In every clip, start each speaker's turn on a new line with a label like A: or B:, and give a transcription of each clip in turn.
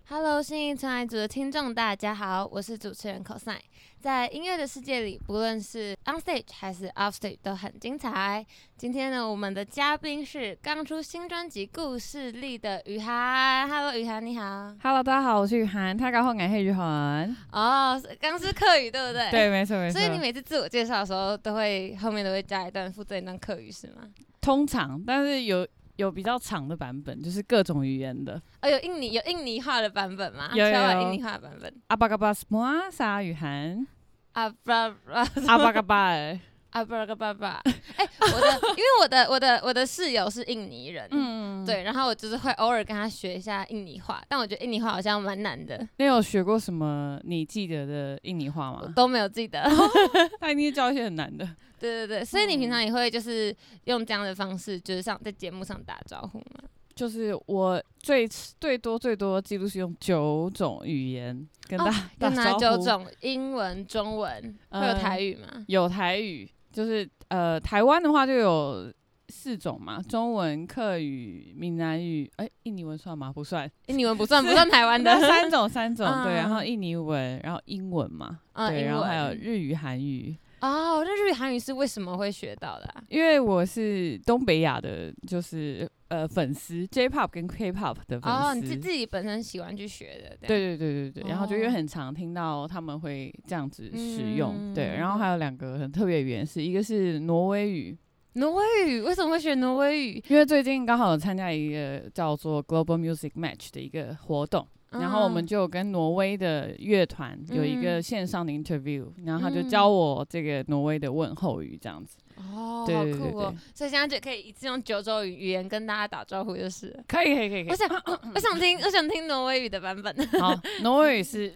A: Hello，新一城爱组的听众，大家好，我是主持人 cosine。在音乐的世界里，不论是 on stage 还是 off stage 都很精彩。今天呢，我们的嘉宾是刚出新专辑《故事力》的雨涵。Hello，雨涵你好。
B: Hello，大家好，我是雨涵，他刚好俺是雨涵。
A: 哦，是刚是客语对不对？
B: 对，。没错没错。
A: 所以你每次自我介绍的时候，都会后面都会加一段附赠一段客语是吗？
B: 通常，但是有有比较长的版本，就是各种语言的。
A: 哦，有印尼有印尼话的版本吗？
B: 有有
A: 稍微
B: 有
A: 印尼话的版本。
B: 阿巴嘎巴斯摩阿萨雨 涵，
A: 啊不啊
B: 阿巴嘎巴尔。
A: 啊不个爸爸，哎，我 的，因为我的我的我的室友是印尼人，
B: 嗯，。
A: 对，然后我就是会偶尔跟他学一下印尼话，但我觉得印尼话好像蛮难的，
B: 你有学过什么你记得的印尼话
A: 我
B: 吗？
A: 都没有记得。
B: 哦他一定教一些很难的。
A: 对对对，所以
B: 嗯
A: 你平常也会就是用这样的方式，就是上在节目上打招呼吗？
B: 就是我最最多最多记录是用九种语言跟大、
A: 哦有
B: 打
A: 哪
B: 招呼
A: 九？种？英文、中文，会有
B: 嗯
A: 台语吗？
B: 有台语，就是呃，台湾的话就有四种嘛，中文、客语、闽南语，哎、印尼文算吗？不 算，
A: 印尼文不算，
B: 是
A: 不算台湾的
B: 那。三种三种对，
A: 嗯
B: 然后印尼文，然后英文嘛，
A: 嗯
B: 对，
A: 英
B: 然后还有
A: 文
B: 日语、韩语，
A: 哦，那日语、韩语是为什么会学到的、啊？
B: 因为我是东北亚的，就是呃粉丝 J-pop 跟 K-pop 的粉丝。
A: 哦，你自自己本身喜欢去学的，这样，
B: 对对对对对，然后就因为
A: 哦
B: 很常听到他们会这样子使用，对，
A: 嗯
B: 然后还有两个很特别的语言是，一个是挪威语，
A: 挪威语为什么会学挪威语？
B: 因为最近刚好有参加一个叫做 Global Music Match 的一个活动， 然后我们
A: 嗯
B: 就有跟挪威的乐团有一个
A: 嗯
B: 线上的 interview，、然后他就
A: 嗯
B: 教我这个挪威的问候语这样子，
A: 哦，
B: 对
A: 好
B: 对对
A: 酷哦
B: 对！
A: 所以现在就可以一次用九种语言跟大家打招呼，就 是了。
B: 可以可以可以
A: 我想，我我想听，我想听挪威语的版 本。
B: 好，挪威语是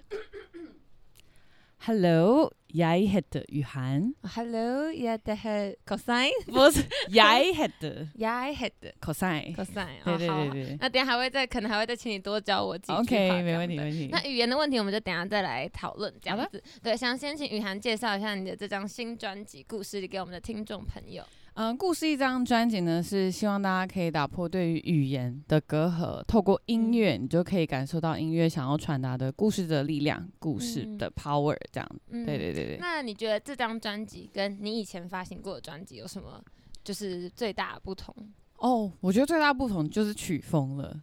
B: Hello, jeg heter Yuhan，
A: Hello, yeah, the head cosine,
B: 不是 jeg heter
A: yeah, head
B: cosine，
A: cosine。
B: 对对
A: 哦好
B: 对
A: 好
B: 对。
A: 那等一下还会再，可能还会再请你多教我几句话。
B: OK，
A: 这
B: 没
A: 样
B: 问题，
A: 子
B: 没问题。
A: 那语言的问题，我们就等一下再来讨论这
B: 好
A: 样
B: 的
A: 子。对，想先请雨涵介绍一下你的这张新专辑《故事》给我们的听众朋友。
B: 嗯，故事一张专辑呢，是希望大家可以打破对于语言的隔阂，透过
A: 嗯
B: 音乐，你就可以感受到音乐想要传达的故事的力量、故事
A: 嗯
B: 的 power，这样。
A: 嗯，
B: 对对对对。
A: 那你觉得这张专辑跟你以前发行过的专辑有什么就是最大的不同？
B: 哦，我觉得最大不同就是曲风了，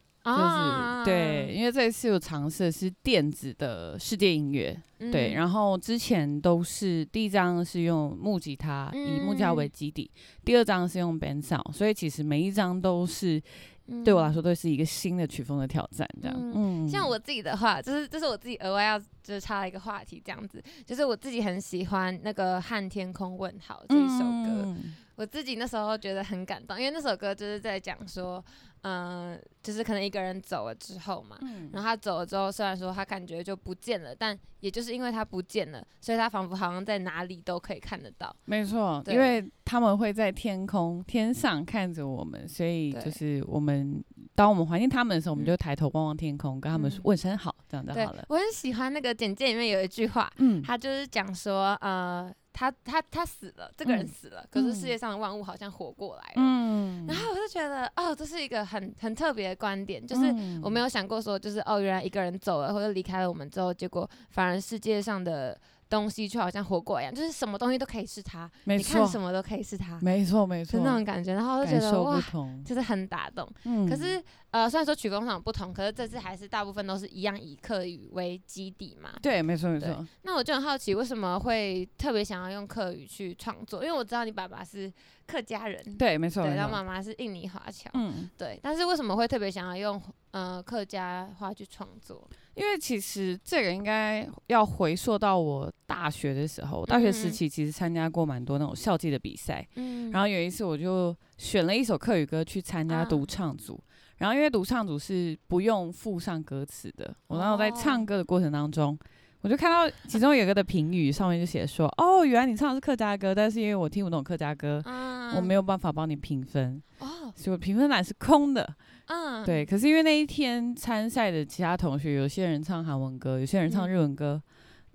B: 就是
A: 啊
B: 对，，因为这一次我尝试的是电子的世界音乐，对，
A: 后
B: 然后之前都是第一张是用木吉他，以木吉他为
A: 嗯
B: 基底，第二张是用 b a n d s o u n 所以其实每一张都是
A: 嗯
B: 对我来说都是一个新的曲风的挑战，这样。嗯，
A: 像我自己的话，就是这是我自己额外要就是插一个话题，这样子，就是我自己很喜欢那个《和天空问好》这一首歌，
B: 嗯
A: 我自己那时候觉得很感动，因为那首歌就是在讲说，嗯、就是可能一个人走了之后嘛，
B: 嗯
A: 然后他走了之后，虽然说他感觉就不见了，但也就是因为他不见了，所以他仿佛好像在哪里都可以看得到。
B: 没错，
A: 对
B: 因为他们会在天空天上看着我们，所以
A: 对
B: 就是我们当我们怀念他们的时候，我们
A: 嗯
B: 就抬头望望天空，跟他们
A: 嗯
B: 问声好，这样就
A: 对
B: 好了，。
A: 我很喜欢那个简介里面有一句话，
B: 嗯，
A: 他就是讲说，呃，他他他死了，这个人
B: 嗯
A: 死了，可是世界
B: 嗯
A: 上的万物好像活过来了。
B: 嗯
A: 然后我就觉得，哦，这是一个很很特别的观点，
B: 嗯
A: 就是我没
B: 有
A: 有想过说，就是哦，原来一个人走了或者离开了我们之后，结果反而世界上的东西却好像活过来一样，就是什么东西都可以是他，
B: 没
A: 你看
B: 错，
A: 什么都可以是他，
B: 没错，没
A: 就
B: 错，
A: 那种感觉。然后我就觉
B: 感
A: 得
B: 受不
A: 哇，
B: 同。
A: 就是很打动。
B: 嗯
A: 可是呃，虽然说曲风上有不同，可是这次还是大部分都是一样以客语为基底嘛。
B: 对，没错，没
A: 对
B: 错，
A: 那我就很好奇，为什么会特别想要用客语去创作？因为我知道你爸爸是客家人，
B: 对，没错，
A: 对，
B: 没
A: 然后
B: 错。
A: 妈妈是印尼华侨，
B: 嗯，
A: 对。但是为什么会特别想要用呃客家话去创作？
B: 因为其实这个应该要回溯到我大学的时候，大学
A: 嗯
B: 时
A: 嗯
B: 期其实参加过蛮多那种校际的比赛，
A: 嗯
B: 然后有一次我就选了一首客语歌去参加
A: 啊
B: 独唱组，然后因为独唱组是不用附上歌词的，我然后在
A: 哦
B: 唱歌的过程当中，我就看到其中有一个的评语上面就写说，哦，原来你唱的是客家歌，但是因为我听不懂客家歌，
A: 嗯，
B: 我没有办法帮你评分，
A: 哦，
B: 所以我评分栏是空的。
A: 嗯，
B: 对，可是因为那一天参赛的其他同学，有些人唱韩文歌，有些人唱
A: 嗯
B: 日文歌，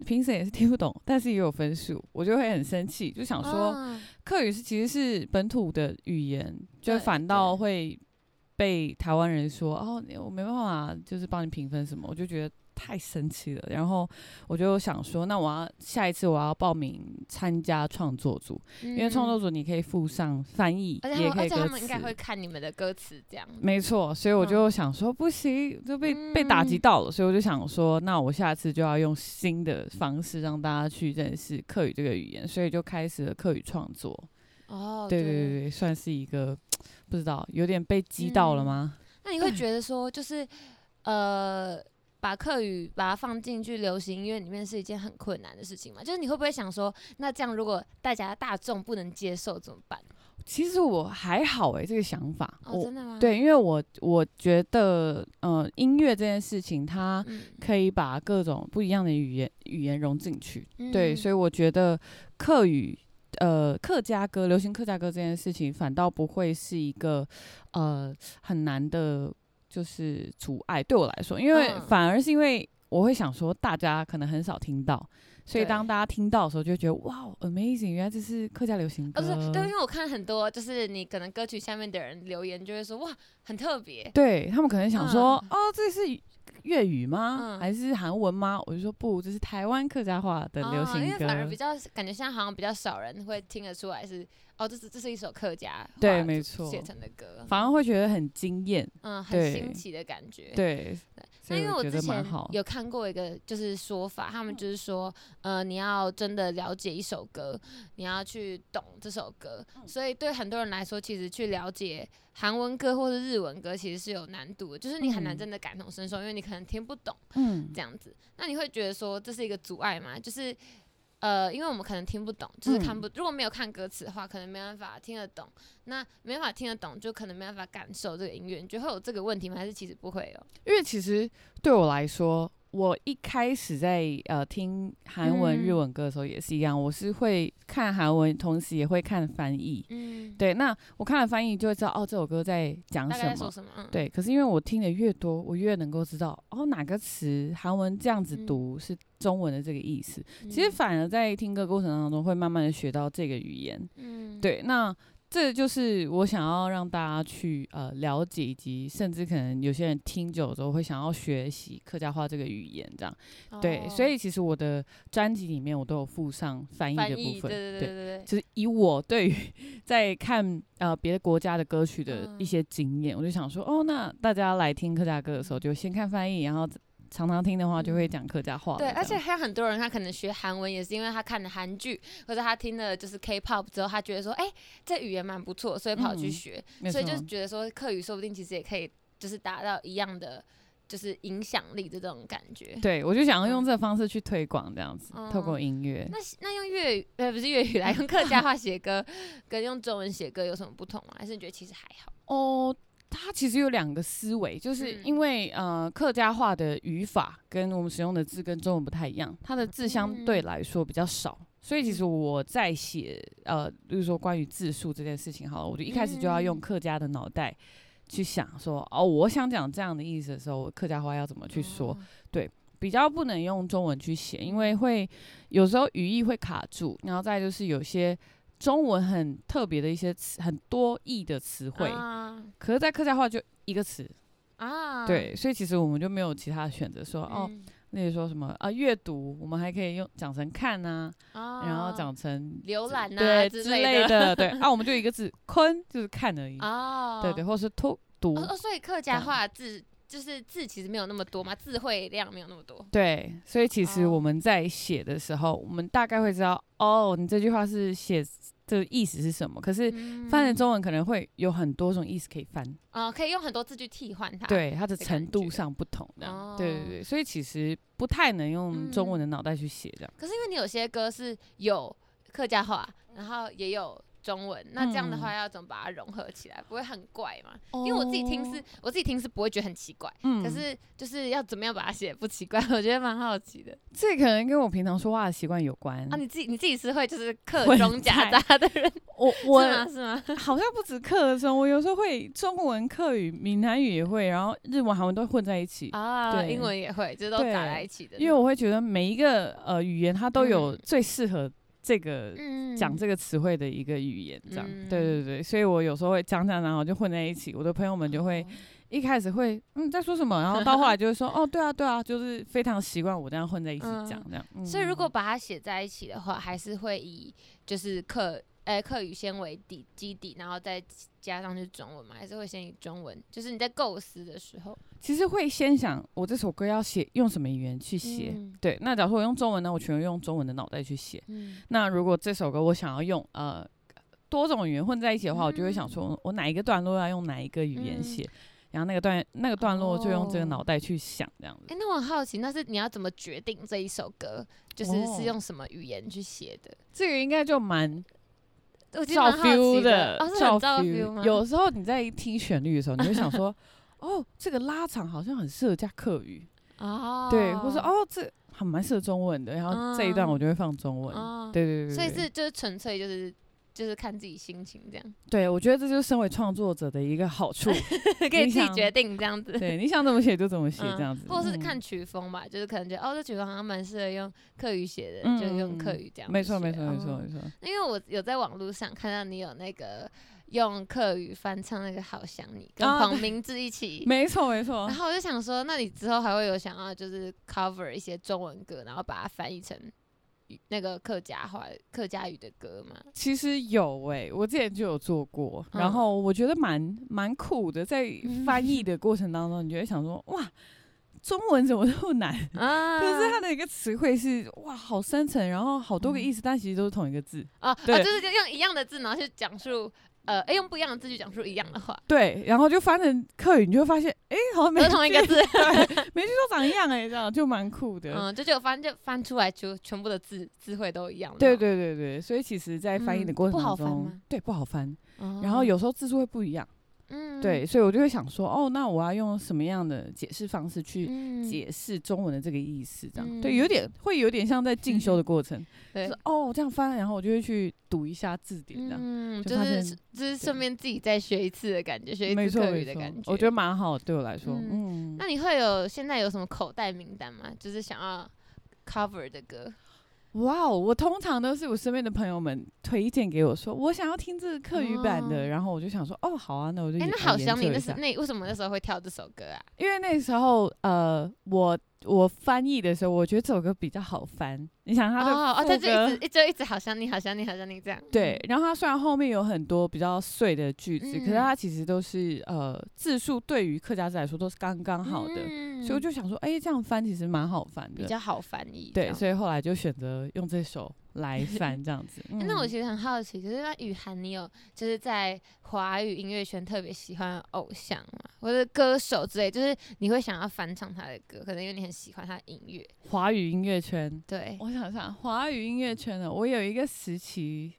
B: 评审也是听不懂，但是也有分数，我就会很生气，就想
A: 嗯，
B: 说。客语是其实是本土的语言，就
A: 对
B: 反倒
A: 对
B: 会被台湾人说哦，你我没办法，就是帮你评分什么，我就觉得太生气了。然后我就想说，那我要下一次我要报名参加创作组，
A: 因
B: 因为创作组你可以附上翻译，
A: 嗯而且
B: 也
A: 他们
B: 可
A: 而
B: 以
A: 且他
B: 歌
A: 们应该
B: 词。
A: 会看你们的歌词这样。
B: 没错，所以我就想说不行，就被、被打击
A: 嗯
B: 到了，所以我就想说，那我下次就要用新的方式让大家去认识客语这个语言，所以就开始了客语创作。
A: 哦，
B: 对对对对，算是一个不知道有点被击到了
A: 嗯
B: 吗？
A: 那你会觉得说，就是呃，把客语把它放进去流行音乐里面是一件很困难的事情吗？就是你会不会想说，那这样如果大家大众不能接受怎么办？
B: 其实我还好欸诶、这个想法，
A: 哦，
B: 我
A: 真的吗？，
B: 对，因为我我觉得，呃，音乐这件事情，它
A: 嗯，
B: 可以把各种不一样的语言语言融进去，对，
A: 嗯
B: 所以我觉得客语。呃，客家歌、流行客家歌这件事情，反倒不会是一个呃很难的，就是阻碍对我来说，因为
A: 嗯
B: 反而是因为我会想说，大家可能很少听到，所以
A: 对
B: 当大家听到的时候，就会觉得哇，amazing，原来哦这是客家流行歌，
A: 哦，不是，对，因为我看很多，就是你可能歌曲下面的人留言就会说，哇，很特别，
B: 对他们可能想说，
A: 嗯
B: 哦，这是粤语吗？
A: 嗯
B: 还是韩文吗？我就说不，这是台湾客家话的流
A: 哦，
B: 行
A: 因为
B: 歌。
A: 反而比较感觉现在好像比较少人会听得出来是，哦，这是这是一首客家话
B: 对没
A: 组
B: 错
A: 写成的歌，
B: 反而会觉得很惊艳，
A: 嗯，很
B: 对
A: 新奇的感觉，
B: 对。所
A: 那
B: 以
A: 因为
B: 我
A: 我
B: 觉
A: 之
B: 得蛮
A: 前
B: 好。
A: 有看过一个就是说法，他们就是说，呃，你要真的了解一首歌，你要去懂这首歌，所以对很多人来说，其实去了解韩文歌或是日文歌其实是有难度的，就是你很难
B: 嗯
A: 真的感同身受，因为你可能听不懂
B: 嗯
A: 这样子。那你会觉得说这是一个阻碍吗？就是呃，因为我们可能听不懂，就是看
B: 嗯
A: 不，如果没有看歌词的话，可能没办法听得懂。那没办法听得懂，就可能没办法感受这个音乐。你觉得会有这个问题吗？还是其实不会哦有？
B: 因为其实对我来说，我一开始在呃听韩文、
A: 嗯
B: 日文歌的时候也是一样，我是会看韩文，同时也会看翻译。
A: 嗯，
B: 对，那我看了翻译就会知道哦，这首歌在讲
A: 大概在
B: 什
A: 说
B: 么。
A: 什么？嗯，
B: 对，可是因为我听的越多，我越能够知道哦哪个词韩文这样子
A: 嗯
B: 读是中文的这个意思。
A: 嗯
B: 其实反而在听歌过程当中，会慢慢的学到这个语言。
A: 嗯，
B: 对，那这就是我想要让大家去呃了解，以及甚至可能有些人听久之后会想要学习客家话这个语言，这样、
A: 哦
B: 对。所以其实我的专辑里面我都有附上翻译
A: 翻
B: 的部
A: 译，
B: 分，
A: 对对对对对，
B: 就是以我对于在看呃别的国家的歌曲的
A: 嗯
B: 一些经验，我就想说，哦，那大家来听客家歌的时候，就先看翻译，然后常常听的话就会讲客家话了这
A: 嗯对，
B: 样。
A: 而且还有很多人，他可能学韩文也是因为他看了韩剧，或者他听了就是 K-pop 之后，他觉得说，哎、这语言蛮不错，所以跑去
B: 嗯
A: 学，
B: 没
A: 所以就
B: 错
A: 觉得说，课语说不定其实也可以，就是达到一样的，就是影响力的这种感觉。
B: 对我就想要用
A: 嗯
B: 这个方式去推广这样子，透过
A: 嗯
B: 音乐。
A: 那那用粤语，呃，不是粤语来用客家话写歌， 跟用中文写歌有什么不同吗？还是你觉得其实还好？
B: 哦，它其实有两个思维，就是
A: 嗯
B: 因为、呃客家话的语法跟我们使用的字跟中文不太一样，它的字相对
A: 嗯
B: 来说比较少。所以其实我在写呃，例如说关于字数这件事情好了，我就一开始就要用
A: 嗯
B: 客家的脑袋去想说，哦，我想讲这样的意思的时候，我客家话要怎么去说？
A: 哦，
B: 比较不能用中文去写，因为会有时候语义会卡住，然后再就是有些中文很特别的一些词，很多义的词汇，
A: 啊
B: 可是，在客家话就一个词，
A: 啊，
B: 对，所以其实我们就没有其他的选择，说哦，
A: 嗯，
B: 例如说什么啊，阅读，我们还可以用讲成看啊，
A: 啊
B: 然后讲成
A: 浏览啊
B: 对之
A: 类
B: 类的，对啊，我们就一个字坤，就是看而已，
A: 哦，
B: 对对，或是读读
A: 哦，哦，所以客家
B: 样
A: 话字就是字其实没有那么多嘛，字汇量没有那么多。
B: 对，所以其实
A: 哦
B: 我们在写的时候，我们大概会知道哦，你这句话是写的意思是什么，可是。翻成
A: 嗯
B: 中文可能会有很多种意思可以翻，
A: 哦，可以用很多字去替换它。，
B: 对它的
A: 的
B: 程
A: 感
B: 度
A: 觉
B: 上不同，这样，对对
A: 哦
B: 对，所以其实不太能用中
A: 嗯
B: 文的脑袋去写这样。
A: 可是因为你有些歌是有客家话，然后也有中文，那这样的
B: 嗯
A: 话
B: 哦
A: 要怎么把它融合起来？不会很怪吗？因为我自己听是，我自己听是不会觉得很奇怪，
B: 嗯
A: 可是就是要怎么样把它写得不奇怪，我觉得蛮好奇的。
B: 这可能跟我平常说话的习惯有关
A: 啊，你自己你自己是会就是课
B: 混
A: 中夹
B: 在
A: 杂的人，
B: 我
A: 是吗？
B: 我
A: 是吗？
B: 好像不止课的时候，我有时候会中文、课语、闽南语也会，然后日文、韩文都混在一起。
A: 啊，
B: 对
A: 英文也会，就是都
B: 对
A: 杂在一起的那种。
B: 因为我会觉得每一个呃语言它都有
A: 嗯
B: 最适合这个
A: 嗯
B: 讲这个词汇的一个语言，这样、对对
A: 嗯
B: 对，所以我有时候会讲讲讲，我就混在一起，我的朋友们就
A: 哦
B: 会一开始会嗯在说什么，然后到后来就会说哦对啊对啊，就是非常习惯我这样混在一起讲、这样。嗯
A: 所以如果
B: 嗯
A: 把它写在一起的话，还是会以就是课呃课语先为底基底，然后再加上就是中文嘛，还是会先以中文。就是你在构思的时候，
B: 其实会先想我这首歌要写用什么语言去写，
A: 嗯
B: 对，那假如说我用中文呢，我全部用中文的脑袋去写。
A: 嗯，
B: 那如果这首歌我想要用呃多种语言混在一起的话，我就会想说我哪一个段落要用哪一个语言
A: 嗯
B: 写，然后那个段那个段落就用这个
A: 哦
B: 脑袋去想这样
A: 哎、
B: 子。
A: 那我很好奇，那是你要怎么决定这一首歌，就是
B: 哦
A: 是用什么语言去写的？
B: 这个应该就蛮
A: 我其实
B: 照
A: 蛮好奇
B: feel
A: 的，哦，是
B: 照
A: 很照 feel 吗？
B: 有时候你在听旋律的时候，你 会想说，哦，这个拉长好像很适合加客语，
A: 哦，
B: 对，或者哦，这还蛮适合中文的，然后这一段
A: 嗯
B: 我就会放中文，
A: 哦
B: 对对对对，
A: 所以
B: 对
A: 是就是纯粹就是就是看自己心情这 样，
B: 对，我觉得这就是身为创作者的一个好 处，
A: 可以
B: 你
A: 自己
B: 想
A: 决定这样子。
B: 对，你想怎么写就怎么写，这样子，
A: 嗯或者是
B: 嗯
A: 看曲风吧，就是可能觉得哦，这曲风好像蛮适合用客语写的，就
B: 嗯
A: 用客语这样子写。
B: 没错，没错，没
A: 嗯
B: 错，。没错。
A: 那因为我有在网络上看到你有那个用客语翻唱那个《好想你》，跟
B: 啊
A: 黄明志一起。
B: 没错，没错
A: 然。后我就想说，那你之后还会有想要就是 cover 一些中文歌，然后把它翻译成语那个客家话、客家语的歌吗？
B: 其实有诶、我之前就有做过，然
A: 嗯
B: 后我觉得蛮蛮酷的，在翻译的过程当中，你就会想说，哇，中文怎么那么难？
A: 啊，
B: 可是它的一个词汇是哇，好深层，然后好多个意
A: 嗯
B: 思，但其实都是同一个字。
A: 哦，哦，
B: 对
A: 就是用一样的字，然后去讲述，呃，哎，用不一样的字去讲述一样的话，
B: 对，然后就翻成客语，你就会发现，诶，好像
A: 都
B: 每
A: 是同一个
B: 句
A: 字。
B: 每句都长一样诶，这样就蛮酷的。
A: 嗯，就就翻就翻出来，就全部的字字汇都一样。
B: 对，对对对，所以其实，在翻译的
A: 嗯
B: 过
A: 不
B: 程当
A: 好翻
B: 中，
A: 吗
B: 对不好翻，
A: 哦
B: 然后有时候字数会不一样。
A: 嗯
B: 对，所以我就会想说，哦，那我要用什么样的解释方式去
A: 嗯
B: 解释中文的这个意思？这样、对，
A: 嗯
B: 有点会有点像在进修的过程，就
A: 对
B: 是哦这样翻，然后我就会去读一下字典这样。
A: 嗯，
B: 就
A: 就
B: 发
A: 是
B: 现
A: 就是顺便自己再学一次的感觉，学一
B: 没
A: 次
B: 错，
A: 课
B: 没
A: 语的
B: 错
A: 感，
B: 我觉得蛮好的，对我来说，嗯，
A: 那你会有现在有什么口袋名单吗？就是想要 cover 的歌，
B: 哇哦，我通常都是我身边的朋友们推荐给我说，我想要听这个课语版的，
A: 哦
B: 然后我就想说，哦，好啊，那我就也
A: 哎，那
B: 来
A: 好
B: 研
A: 想你，
B: 究
A: 那
B: 一
A: 是
B: 下
A: 那为什么那时候会跳这首歌啊？
B: 因为那时候呃，我我翻译的时候，我觉得这首歌比较好翻，你想它的
A: 哦哦，
B: 副
A: 他就
B: 歌
A: 一直一就一直好想你，好想你，好想你这样。
B: 对，然后它虽然后面有很多比较碎的句子，可是
A: 嗯
B: 它其实都是呃字数对于客家字来说都是刚刚
A: 嗯，
B: 好的，所以我就想说，哎、这样翻其实蛮好翻
A: 比
B: 的。
A: 较好翻译这
B: 对，
A: 样。
B: 所以后来就选择用这首来 翻这样子。
A: 欸那我
B: 嗯
A: 其实很好奇，就是那雨涵，你有就是在华语音乐圈特别喜欢的偶像吗？或者歌手之类，就是你会想要翻唱他的歌，可能因为你很喜欢他的音乐。
B: 华语音乐圈，
A: 对，
B: 我想想，华语音乐圈呢，我有一个时期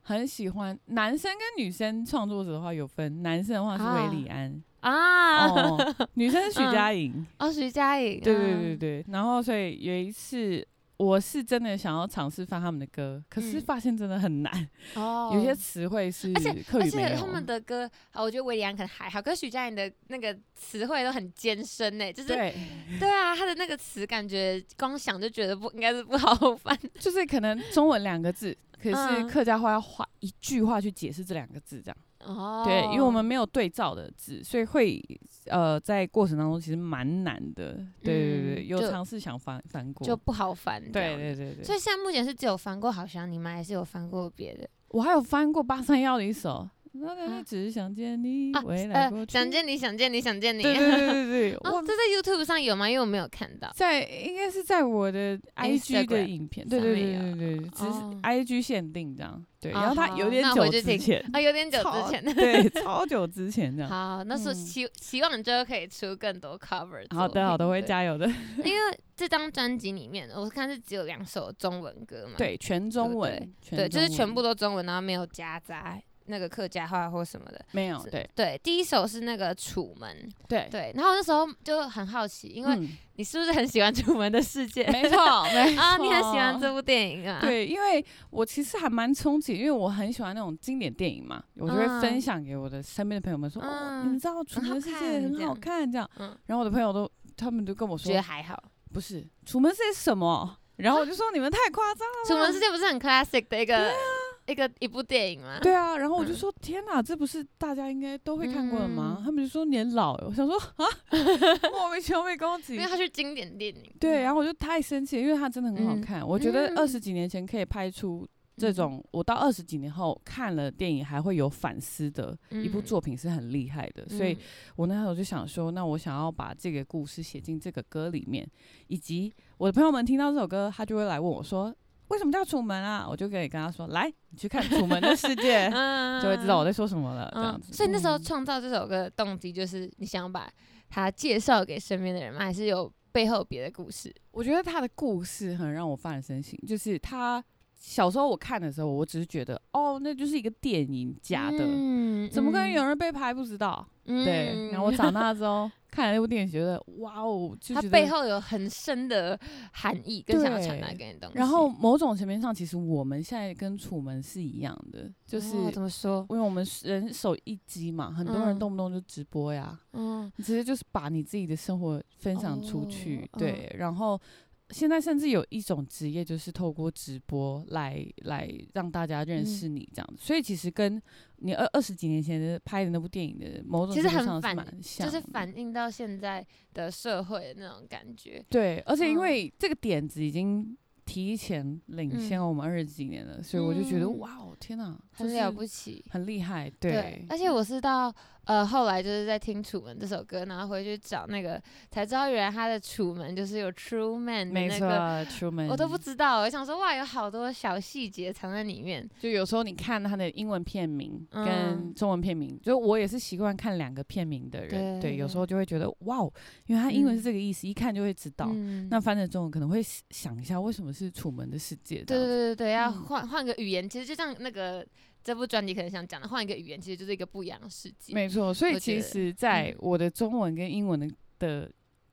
B: 很喜欢男生跟女生创作者的话有分，男生的话是韦礼安，
A: 啊，
B: 哦，女生是许
A: 嗯
B: 佳莹。
A: 哦，徐佳莹，
B: 对对
A: 啊
B: 对，对，然后所以有一次，我是真的想要尝试翻他们的歌，可是
A: 嗯
B: 发现真的很难，
A: 哦，
B: 有些词汇是
A: 且
B: 课
A: 而
B: 语没
A: 且他
B: 有
A: 们。的歌，啊，我觉得维里安可能还好，可是许佳莹的那个词汇都很艰深呢，就是
B: 对，
A: 对啊，她的那个词感觉光想就觉得不应该是不好翻，
B: 就是可能中文两个字，可是
A: 嗯
B: 客家话要花一句话去解释这两个字，这样。
A: 哦，
B: 对，因为我们没有对照的字，所以会呃在过程当中其实蛮难的。对对对，
A: 嗯
B: 有
A: 就
B: 尝试想翻翻过。
A: 就不好翻，
B: 对对对
A: 所
B: 对，
A: 以现在目前是只有翻过《好想你》吗？还是有翻过别的？
B: 我还有翻过八三幺的一首那
A: 啊
B: 那只是想见你，
A: 啊
B: 未来过
A: 呃，
B: 去。
A: 想见你，想见你，想见你。
B: 对对 对对对，
A: 哦，
B: 我
A: 这在 YouTube 上有吗？因为我没有看 到。
B: 在应该是在我的 IG 的
A: Instagram
B: 影片，对
A: 上
B: 对
A: 面
B: 对对对，对只是
A: 哦
B: IG 限定这样。对，
A: 哦
B: 然后它
A: 好
B: 有点
A: 那
B: 久
A: 回去
B: 之
A: 听
B: 前，
A: 啊，有点 久
B: 超
A: 之前的。
B: 对，超久之前这样。
A: 好，那是
B: 嗯
A: 希希望你之后可以出更多 cover。
B: 好的，好的，我会。加油的。
A: 因为这张专辑里面，我看是只有两首中文歌嘛。
B: 对，全
A: 对
B: 中
A: 不
B: 文，
A: 对，就是
B: 中
A: 全
B: 文
A: 部都中文，然后没有夹杂那个客家话或什么的。
B: 没有。
A: 是
B: 对
A: 对，第一首是那个《楚门》，
B: 对，
A: 对，然后那时候就很好奇，因为
B: 嗯
A: 你是不是很喜欢《楚门的世界》？
B: 没 错，没错
A: 啊，你很喜欢这部电影啊？，
B: 对，因为我其实还蛮憧憬，因为我很喜欢那种经典电影嘛，我就会
A: 嗯
B: 分享给我的身边的朋友们说，哦，你
A: 嗯
B: 们知道《楚
A: 很好
B: 门世界》
A: 看
B: 很
A: 这
B: 好
A: 样
B: 看，这样。
A: 嗯
B: 然后我的朋友都，他们都跟我说
A: 觉，得还好，
B: 不是《楚门世界》是什么？然后我就 说你们太夸张了。
A: 《楚门世界》不是很 classic 的一个一个一部电影吗？
B: 啊对啊，然后我就
A: 嗯
B: 说天哪，这不是大家应该都会看过的吗？
A: 嗯
B: 他们就说你很老欸，我想说 啊，莫名其妙被攻击
A: 因为。它是经典电影。
B: 对，
A: 嗯
B: 然后我就太生气了，因为它真的很好
A: 嗯
B: 看。我觉得
A: 嗯
B: 二十几年前可以拍出这种，我到二十几年后看了电影还会有反思的一部
A: 嗯
B: 作品是很厉害的。所以我那时候就想说，那我想要把这个故事写进这个歌里面，以及我的朋友们听到这首歌，他就会来问我说。为什么叫楚门啊？我就可以跟他说：“来，你去看《楚门的世 界》
A: 嗯，嗯
B: 哎就会知道我在说什么了。”这样
A: 嗯，
B: 子。
A: 所以那时候
B: 嗯
A: 创造这首歌的动机就是你想把它介绍给身边的人吗？还是有背后别的故事？
B: 我觉得他的故事很让我发人深省，就是他小时候我看的时候，我只是觉得哦，那就是一个电影假的，
A: 嗯
B: 怎么可能有人被拍不知道？
A: 嗯
B: 对，然后我 长大之后看了那部电影，觉得哇哦，就
A: 它
B: 觉得
A: 背。后有很深的含义，跟想要传达
B: 对
A: 给你的东西。
B: 然后某种层面上，其实我们现在跟楚门是一样的，就
A: 就是哦怎么说？
B: 因为我们人手一机嘛，很多
A: 嗯
B: 人动不动就直播呀，
A: 嗯，
B: 你直接就是把你自己的生活分享出去，
A: 哦
B: 对。然后现在甚至有一种职业，就是透过直播来来让大家认识
A: 嗯
B: 你这样子。所以其实跟你二二十几年前的拍的那部电影的某种
A: 其
B: 程
A: 实
B: 度
A: 很
B: 上
A: 反
B: 是蛮像
A: 就
B: 的，
A: 是反映到现在的社会的那种感觉。
B: 对。而且
A: 嗯
B: 因为这个点子已经提前领先
A: 嗯
B: 我们二十几年了，所以我就觉得
A: 嗯
B: 哇哦，天哪，
A: 很了不
B: 起，
A: 起，
B: 很厉害，
A: 对，而且我是到呃后来就是在听《楚门》这首歌，然后回去找那个才知道，原来他的《楚门》就是有 True Man 的
B: 没
A: 那
B: 错嗯
A: 个，
B: ，Truman，
A: 我都不知道，我想说哇，有好多小细节藏在里面。
B: 就有时候你看他的英文片名
A: 嗯
B: 跟中文片名，就我也是习惯看两个片名的人，
A: 对
B: 对，有时候就会觉得哇，哦，因为他英文是
A: 嗯
B: 这个意思，一看就会知道。
A: 嗯
B: 那翻成中文可能会想一下，为什么是《楚门的世界》这
A: 对
B: 样
A: 对
B: 子？
A: 对对，要
B: 嗯
A: 换换个语言，其实就像那个这部专辑可能想讲的，换一个语言，其实就是一个不一样的世界。
B: 没错，所以
A: 我觉
B: 其
A: 得
B: 实，在
A: 嗯
B: 我的中文跟英文的的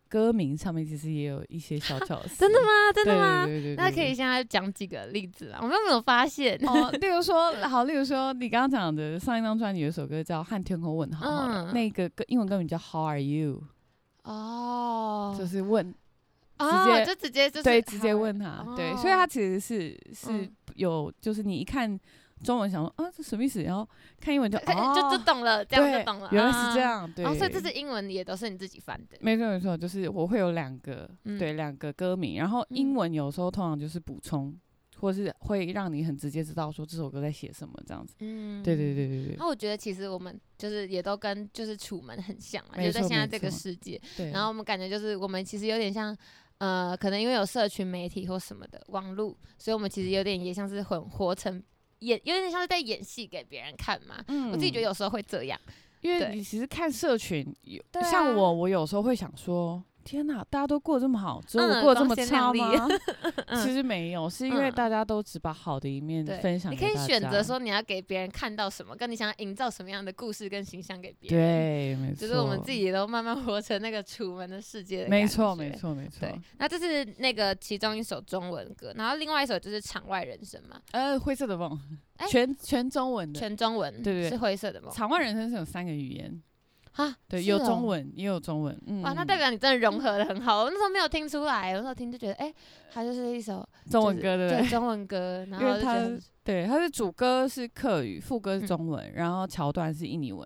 B: 歌名上面，其实也有一些小巧思。
A: 真的吗？真
B: 对？
A: 的吗？
B: 对对对对
A: 那可以现在讲几个例子啊？我们有没有发现？
B: 哦，例如说，好，例如说，你刚刚讲的上一张专辑有一首歌叫《和天空问好》好了，
A: 嗯
B: 那个歌英文歌名叫《How Are You
A: 哦》，，
B: 就是问
A: 哦，
B: 接
A: 就直接就是
B: 对，直接
A: 好
B: 问他，对，所以
A: 哦
B: 他其实是是
A: 嗯
B: 有，就是你一看中文想说啊，这什么意思，然后看英文就
A: 可
B: 哦，
A: 就就懂了，这样
B: 对
A: 就懂了。
B: 原来是这
A: 啊。
B: 样，对，
A: 哦，所以这是英文也都是你自己翻的。
B: 没错没错，就是我会有两个
A: 嗯
B: 对两个歌名，然后英
A: 嗯
B: 文有时候通常就是补充，或是会让你很直接知道说这首歌在写什么这样子，
A: 嗯，
B: 对对。对对
A: 那我觉得其实我们就是也都跟就是楚门很像嘛，
B: 没
A: 就在
B: 错
A: 现在
B: 没
A: 这个
B: 错
A: 世界，
B: 对，
A: 然后我们感觉就是我们其实有点像，呃，可能因为有社群媒体或什么的网络，所以我们其实有点也像是混活成演，有点像是在演戏给别人看嘛。
B: 嗯
A: 我自己觉得有时候会这样，
B: 因
A: 对
B: 为你其实看社群，有
A: 对啊
B: 像我，我有时候会想说，天哪，大家都过得这么好，只有
A: 嗯
B: 我过得这么
A: 光鲜亮
B: 差
A: 丽
B: 吗？ 其实没有，是因为
A: 嗯
B: 大家都只把好的一面
A: 对
B: 分享
A: 你
B: 给
A: 可以
B: 大
A: 选择
B: 家，
A: 说你要给别人看到什么，跟你想要营造什么样的故事跟形象给别人。
B: 对，没错，
A: 就是我们自，己都慢慢活成那个楚门的世界的
B: 没
A: 感
B: 错，
A: 觉
B: 没。错，没错
A: 对。，那这是那个其中一首中文歌，然后另外一首就是《场外人生》嘛，
B: 呃，灰色的梦
A: 哎，
B: 全全中文的。
A: 全中文，
B: 对对对
A: 是灰色的梦
B: 场外人生是有三个语言，
A: 啊，
B: 对，
A: 是
B: 有
A: 哦
B: 中文也有中文，嗯，
A: 哇，那代表你真的融合的很好。我那时候没有听出来，我那时候听就觉得，哎、它就是一首
B: 中文
A: 就是
B: 歌对 不对？
A: 对中文歌，然
B: 因为
A: 后就觉得
B: 它
A: 很
B: 对，它是主歌是客语，副歌
A: 嗯
B: 是中文，然后桥段是印尼文，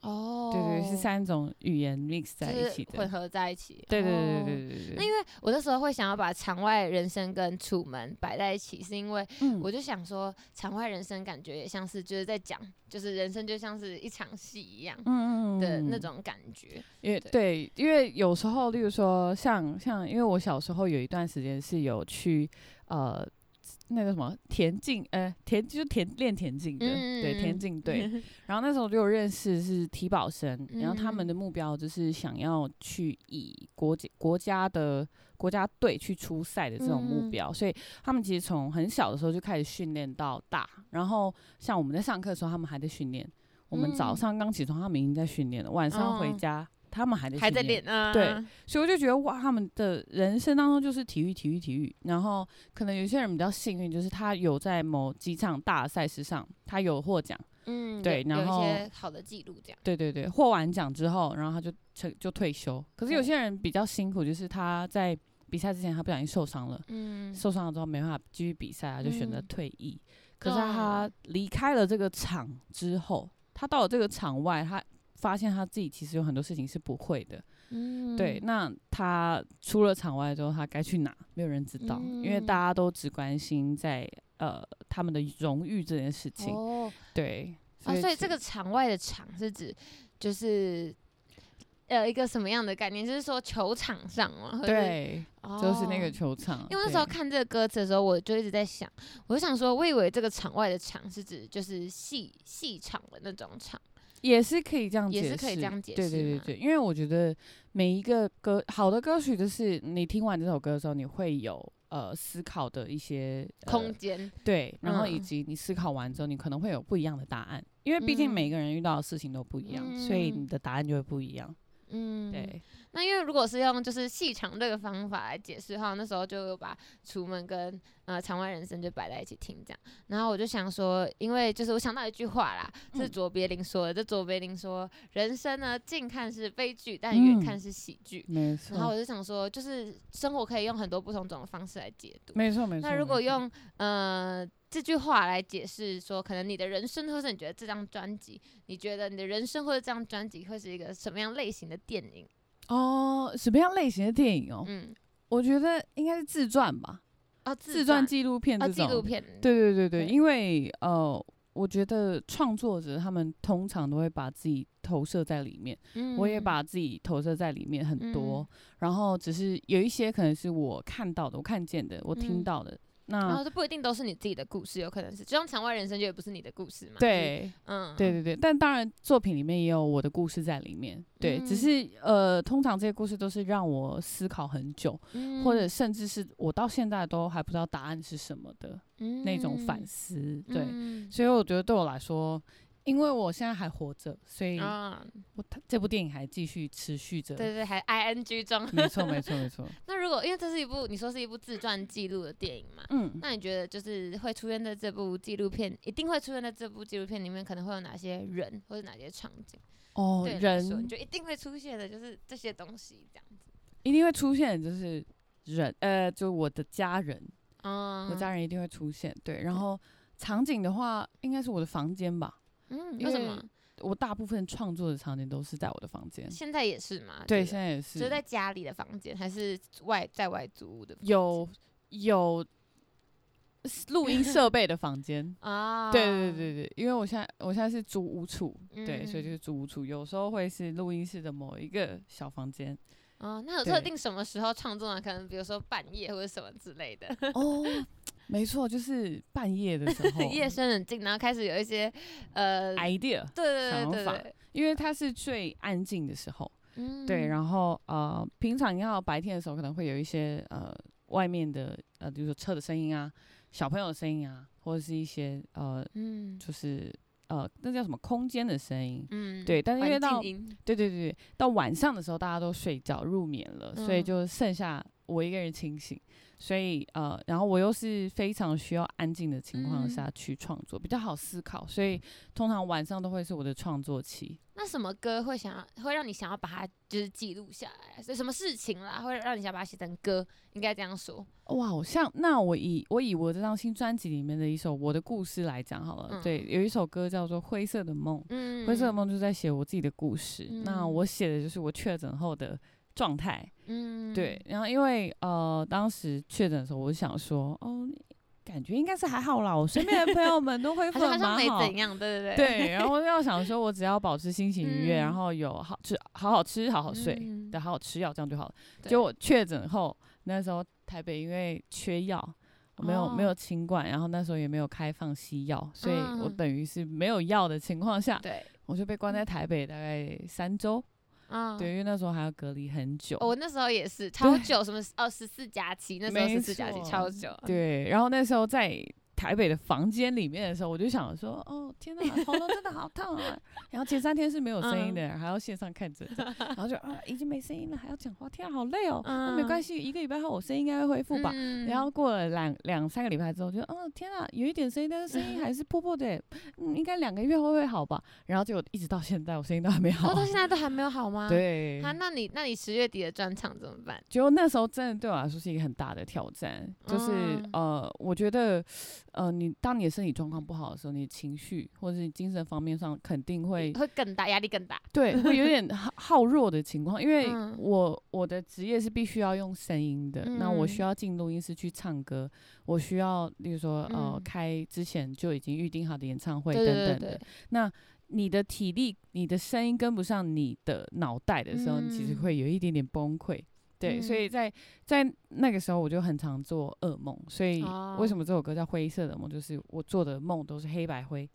A: 哦，
B: 对对，是三种语言 mix 在
A: 就
B: 一
A: 是
B: 起的
A: 混。合在一起。
B: 对对
A: 哦
B: 对对对对
A: 那
B: 对，
A: 因为我那时候会想要把场外人生跟楚门摆在一起，是因为
B: 嗯
A: 我就想说，场外人生感觉也像是就是在讲，就是人生就像是一场戏一样
B: 嗯嗯嗯
A: 的那
B: 嗯
A: 种感觉。
B: 因为对，因为有时候，例如说像像，因为我小时候有一段时间是有去呃那个什么田径，呃田就是田练田径的，对
A: 嗯嗯
B: 田
A: 嗯
B: 径队。 然后那时候就有认识是体保生，然后他
A: 嗯
B: 们的目标就是想要去以国家国家的国家队去出赛的这种
A: 嗯嗯
B: 目标，所以他们其实从很小的时候就开始训练到大。然后像我们在上课的时候，他们还在训练。我们早
A: 嗯
B: 上刚起床，他们已经在训练了，晚上回
A: 哦
B: 家、他们还在
A: 还
B: 训
A: 在练啊？
B: 对所以我就觉得哇，他们的人生当中就是体育、体育、体育。然后可能有些人比较幸运，就是他有在某几场大赛事上，他有获奖，
A: 嗯，
B: 对
A: 有
B: 然
A: 有
B: 后
A: 一些好的记录这样。
B: 对对对，获完奖之后，然后他就成就退休。可是有
A: 对
B: 些人比较辛苦，就是他在比赛之前他不小心受伤了，
A: 嗯，
B: 受伤了之后没办法继续比赛，啊他就选择
A: 嗯
B: 退役。可是
A: 对
B: 他离开了这个场之后，他到了这个场外，他发现他自己其实有很多事情是不会的。
A: 嗯
B: 对，那他出了场外之后，他该去哪？没有人知道，因为
A: 嗯
B: 大家都只关心在呃他们的荣誉这件事情。
A: 哦
B: 对，
A: 啊，所以
B: 其
A: 这个场外的场是指就是呃一个什么样的概念？就是说球场上吗？或者是，
B: 对，就是那个
A: 哦
B: 球场。
A: 因为那时候
B: 对
A: 看这个歌词的时候，我就一直在想，我就想说，我以为这个场外的场是指就是戏戏场的那种场，
B: 也是可以这样解
A: 也
B: 释，
A: 是可以这样解
B: 对
A: 释
B: 对对
A: 嘛
B: 对，因为我觉得每一个歌好的歌曲，就是你听完这首歌的时候，你会有呃思考的一些、呃
A: 空间，
B: 对，然后以
A: 嗯
B: 及你思考完之后，你可能会有不一样的答案，因为毕竟
A: 嗯
B: 每个人遇到的事情都不一样，所以
A: 嗯
B: 你的答案就会不一样。
A: 嗯，
B: 对，
A: 那因为如果是用就是戏场这个方法来解释的话，那时候就有把楚门跟呃场外人生就摆在一起听这样。然后我就想说，因为就是我想到一句话啦，是
B: 嗯
A: 卓别林说的。这卓别林说，人生呢近看是悲剧，但
B: 嗯
A: 远看是喜剧。
B: 没
A: 然
B: 错
A: 后我，就想说，就是生活可以用很多不同种方式来解读。
B: 没错，没错。
A: 那如
B: 没
A: 果
B: 错
A: 用呃这句话来解释说，可能你的人生，或者你觉得这张专辑，你觉得你的人生或者这张专辑会是一个什么样类型的电影？
B: 哦，什么样类型的电影哦？
A: 嗯，
B: 我觉得应该是自传吧，
A: 啊，
B: 自
A: 传
B: 传纪录片
A: 啊，
B: 这
A: 纪
B: 种。
A: 录片，
B: 对对对对，
A: 对
B: 因为呃，我觉得创作者他们通常都会把自己投射在里面，
A: 嗯，
B: 我也把自己投射在里面很多，
A: 嗯
B: 然后只是有一些可能是我看到的、我看见的、我
A: 嗯
B: 听到的。
A: 然
B: 那
A: 哦后这不一定都是你自己的故事，有可能是，就像《场外人生》就也不是你的故事嘛。就是，
B: 对，
A: 嗯，
B: 对，对对，但当然作品里面也有我的故事在里面。对，只
A: 嗯
B: 是呃，通常这些故事都是让我思考很久，
A: 嗯
B: 或者甚至是我到现在都还不知道答案是什么的那种反思。对，
A: 嗯
B: 所以我觉得对我来说，因为我现在还活着，所以
A: 啊，
B: 我它这部电影还继续持续着。
A: 对对，还 I N G 中。
B: 没错，没错，没错。
A: 那如果因为这是一部你说是一部自传记录的电影嘛，
B: 嗯，
A: 那你觉得就是会出现在这部纪录片，一定会出现在这部纪录片里面，可能会有哪些人或者哪些场景？
B: 哦，
A: 对你来说，
B: 人
A: 你就一定会出现的，就是这些东西这样子。
B: 一定会出现，就是人，呃，就我的家人，
A: 嗯
B: 哦我家人一定会出现。对，然后场景的话，应该是我的房间吧。
A: 嗯，
B: 因
A: 为什
B: 为
A: 么？
B: 我大部分创作的场景都是在我的房间。
A: 现在也是嘛？
B: 对，
A: 不
B: 现在也是
A: 就在家里的房间，还是外在外租屋的房间
B: 有有录音设备的房 间。
A: 啊？
B: 对对对对，因为我现在我现在是租屋处，对，所以就
A: 嗯
B: 是租屋处，有时候会是录音室的某一个小房间。
A: 啊，那有特
B: 对
A: 定什么时候创作呢？可能比如说半夜或者什么之类的，
B: 哦， 没错，就是半夜的时候
A: 夜深人静，然后开始有一些呃，
B: idea，
A: 对对
B: 想
A: 对对
B: 法
A: 对，
B: 因为它是最安静的时候。
A: 嗯
B: 对，然后呃，平常你要白天的时候可能会有一些呃外面的呃，比如说车的声音啊，小朋友的声音啊，或者是一些呃，
A: 嗯
B: 就是呃，那叫什么空间的声音。
A: 嗯，
B: 对，但是因为
A: 环境
B: 到
A: 音
B: 对对对，到晚上的时候大家都睡觉入眠了，所以
A: 嗯
B: 就剩下我一个人清醒，所以呃，然后我又是非常需要安静的情
A: 嗯
B: 况下去创作，比较好思考，所以通常晚上都会是我的创作期。
A: 那什么歌会想要会让你想要把它就是记录下来？所以什么事情啦，会让你想把它写成歌？应该这样说。
B: 哇，像那我以我以我这张新专辑里面的一首《我的故事》来讲好了，
A: 嗯
B: 对，有一首歌叫做《灰色的梦》，
A: 嗯，
B: 灰色的梦就在写我自己的故事。那
A: 嗯
B: 我写的就是我确诊后的状态，
A: 嗯，
B: 对，然后因为呃，当时确诊的时候，我就想说，哦，感觉应该是还好啦，我身边的朋友们都恢复
A: 好像
B: 的
A: 好像没
B: 蛮好。
A: 怎样，对对对，
B: 对，然后我就想说，我只要保持心情愉悦，
A: 嗯
B: 然后有好吃、好好吃、好好睡，
A: 嗯
B: 对，好好吃药，这样就好了。
A: 对
B: 结果确诊后，那时候台北因为缺药，没有、没
A: 哦
B: 有清管，然后那时候也没有开放西药，所以我
A: 嗯
B: 等于是没有药的情况下，
A: 对，
B: 我就被关在台北大概三周。
A: 嗯，
B: 对，因为那时候还要隔离很久。
A: 哦我那时候 也是超久，什么哦十四假期，那时候
B: 没
A: 十四假期
B: 错
A: 超久，
B: 对，然后那时候在台北的房间里面的时候，我就想说，哦，天哪，喉咙真的好痛啊！然后前三天是没有声音的，
A: 嗯
B: 还要线上看诊，然后就啊，已经没声音了，还要讲话，天啊，好累哦。那、没关系，一个礼拜后我声音应该会恢复吧。
A: 嗯
B: 然后过了两两三个礼拜之后，就哦天啊，有一点声音，但是声 音还是破破的耶，嗯，应该两个月后会好吧？然后结果一直到现在，我声音都还没好。
A: 哦，到现在都还没有好吗？。
B: 对，
A: 啊，那你那你十月底的专场怎么办？
B: 就那时候真的对我来说是一个很大的挑战，就是、
A: 嗯
B: 呃，我觉得呃，你当你的身体状况不好的时候，你的情绪或者是你精神方面上肯定会
A: 会更大，压力更大。
B: 对会有点 好好弱的情况，因为
A: 嗯
B: 我我的职业是必须要用声音的，那我需
A: 嗯
B: 要进录音室去唱歌，我需要例如说呃、
A: 嗯
B: 开之前就已经预定好的演唱会
A: 对
B: 等
A: 对
B: 等
A: 对
B: 的，
A: 对，
B: 你的体力、你的声音跟不上你的脑袋的时候，你其实
A: 嗯
B: 会有一点点崩溃。对，所以
A: 嗯
B: 在在那个时候，我就很常做噩梦。所以
A: 哦
B: 为什么这首歌叫《灰色的梦》？就是我做的梦都是黑白灰，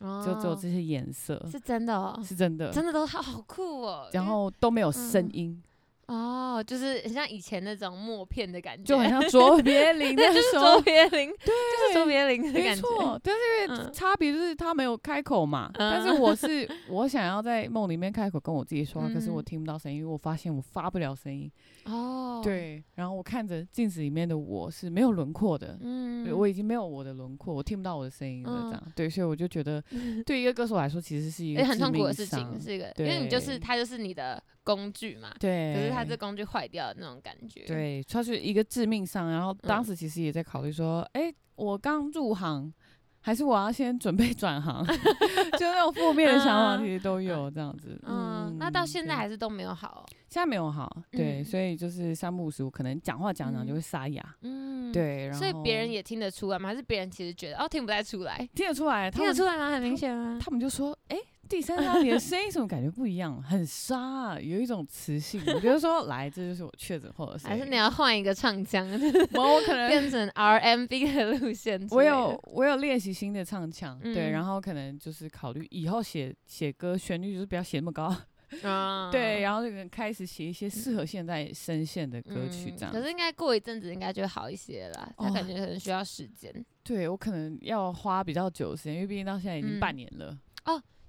A: 哦
B: 就只有这些颜色，
A: 是真的哦，
B: 是真的。
A: 真的都好好酷 哦。
B: 然
A: 因为
B: 后都没有声
A: 嗯
B: 音，
A: 哦，就是很像以前那种默片的感觉，
B: 就 很像卓别林
A: 对，
B: 那
A: 就是
B: 时
A: 卓
B: 候。
A: 别林，就是卓
B: 对
A: 别林的
B: 没
A: 感觉。
B: 错，但是因为
A: 嗯
B: 差别就是他没有开口嘛，但是我是我想要在梦里面开口跟我自己说话，可是我
A: 嗯
B: 听不到声音，因为我发现我发不了声音，
A: 哦，，
B: 对，然后我看着镜子里面的我是没有轮廓的，对
A: 嗯，
B: 我已经没有我的轮廓，我听不到我的声音了，这
A: 嗯
B: 样、对，所以我就觉 得，对一个歌手来说，其实是一
A: 也
B: 个
A: 很
B: 致
A: 痛苦的
B: 命
A: 事
B: 伤
A: 情，是一个，因为你就是
B: 对
A: 它就是你的工具嘛，
B: 对，
A: 可是它这工具坏掉的那种感觉。，
B: 对，它是一个致命伤。然后当
A: 嗯
B: 时其实也在考虑说，哎、我刚入行，还是我要先准备 转行，就那种负面的想法
A: 嗯
B: 其实都有这样子。
A: 嗯，那到现在
B: 对
A: 还是都没有好哦。
B: 现在没有好，对，
A: 嗯
B: 所以就是三不五时，我可能讲话讲讲就
A: 嗯
B: 会沙哑，
A: 嗯，。
B: 对，然后
A: 所以别人也听得出来吗？还是别人其实觉得哦听不太出来？
B: 听得出来，他
A: 听得
B: 们
A: 出来吗？很明显吗？
B: 他们就说：“哎、第三张你的声音怎么感觉不一样？很沙、啊，有一种磁性。”我觉得说，来，这就是我确诊后的声
A: 还
B: 音。
A: 是你要换一个唱腔，
B: 我我可能
A: 变成 R M B 的路线之
B: 我
A: 类的？
B: 有我有练习新的唱腔，对，
A: 嗯
B: 然后可能就是考虑以后写写歌旋律就是不要写那么高，
A: 啊
B: 对，然后就可能开始写一些适合现在声线的歌曲
A: 嗯
B: 这样。
A: 可是应该过一阵子应该就会好一些啦，他
B: 哦
A: 感觉可能需要时间，
B: 对我可能要花比较久的时间，因为毕竟到现在已经
A: 嗯
B: 半年了，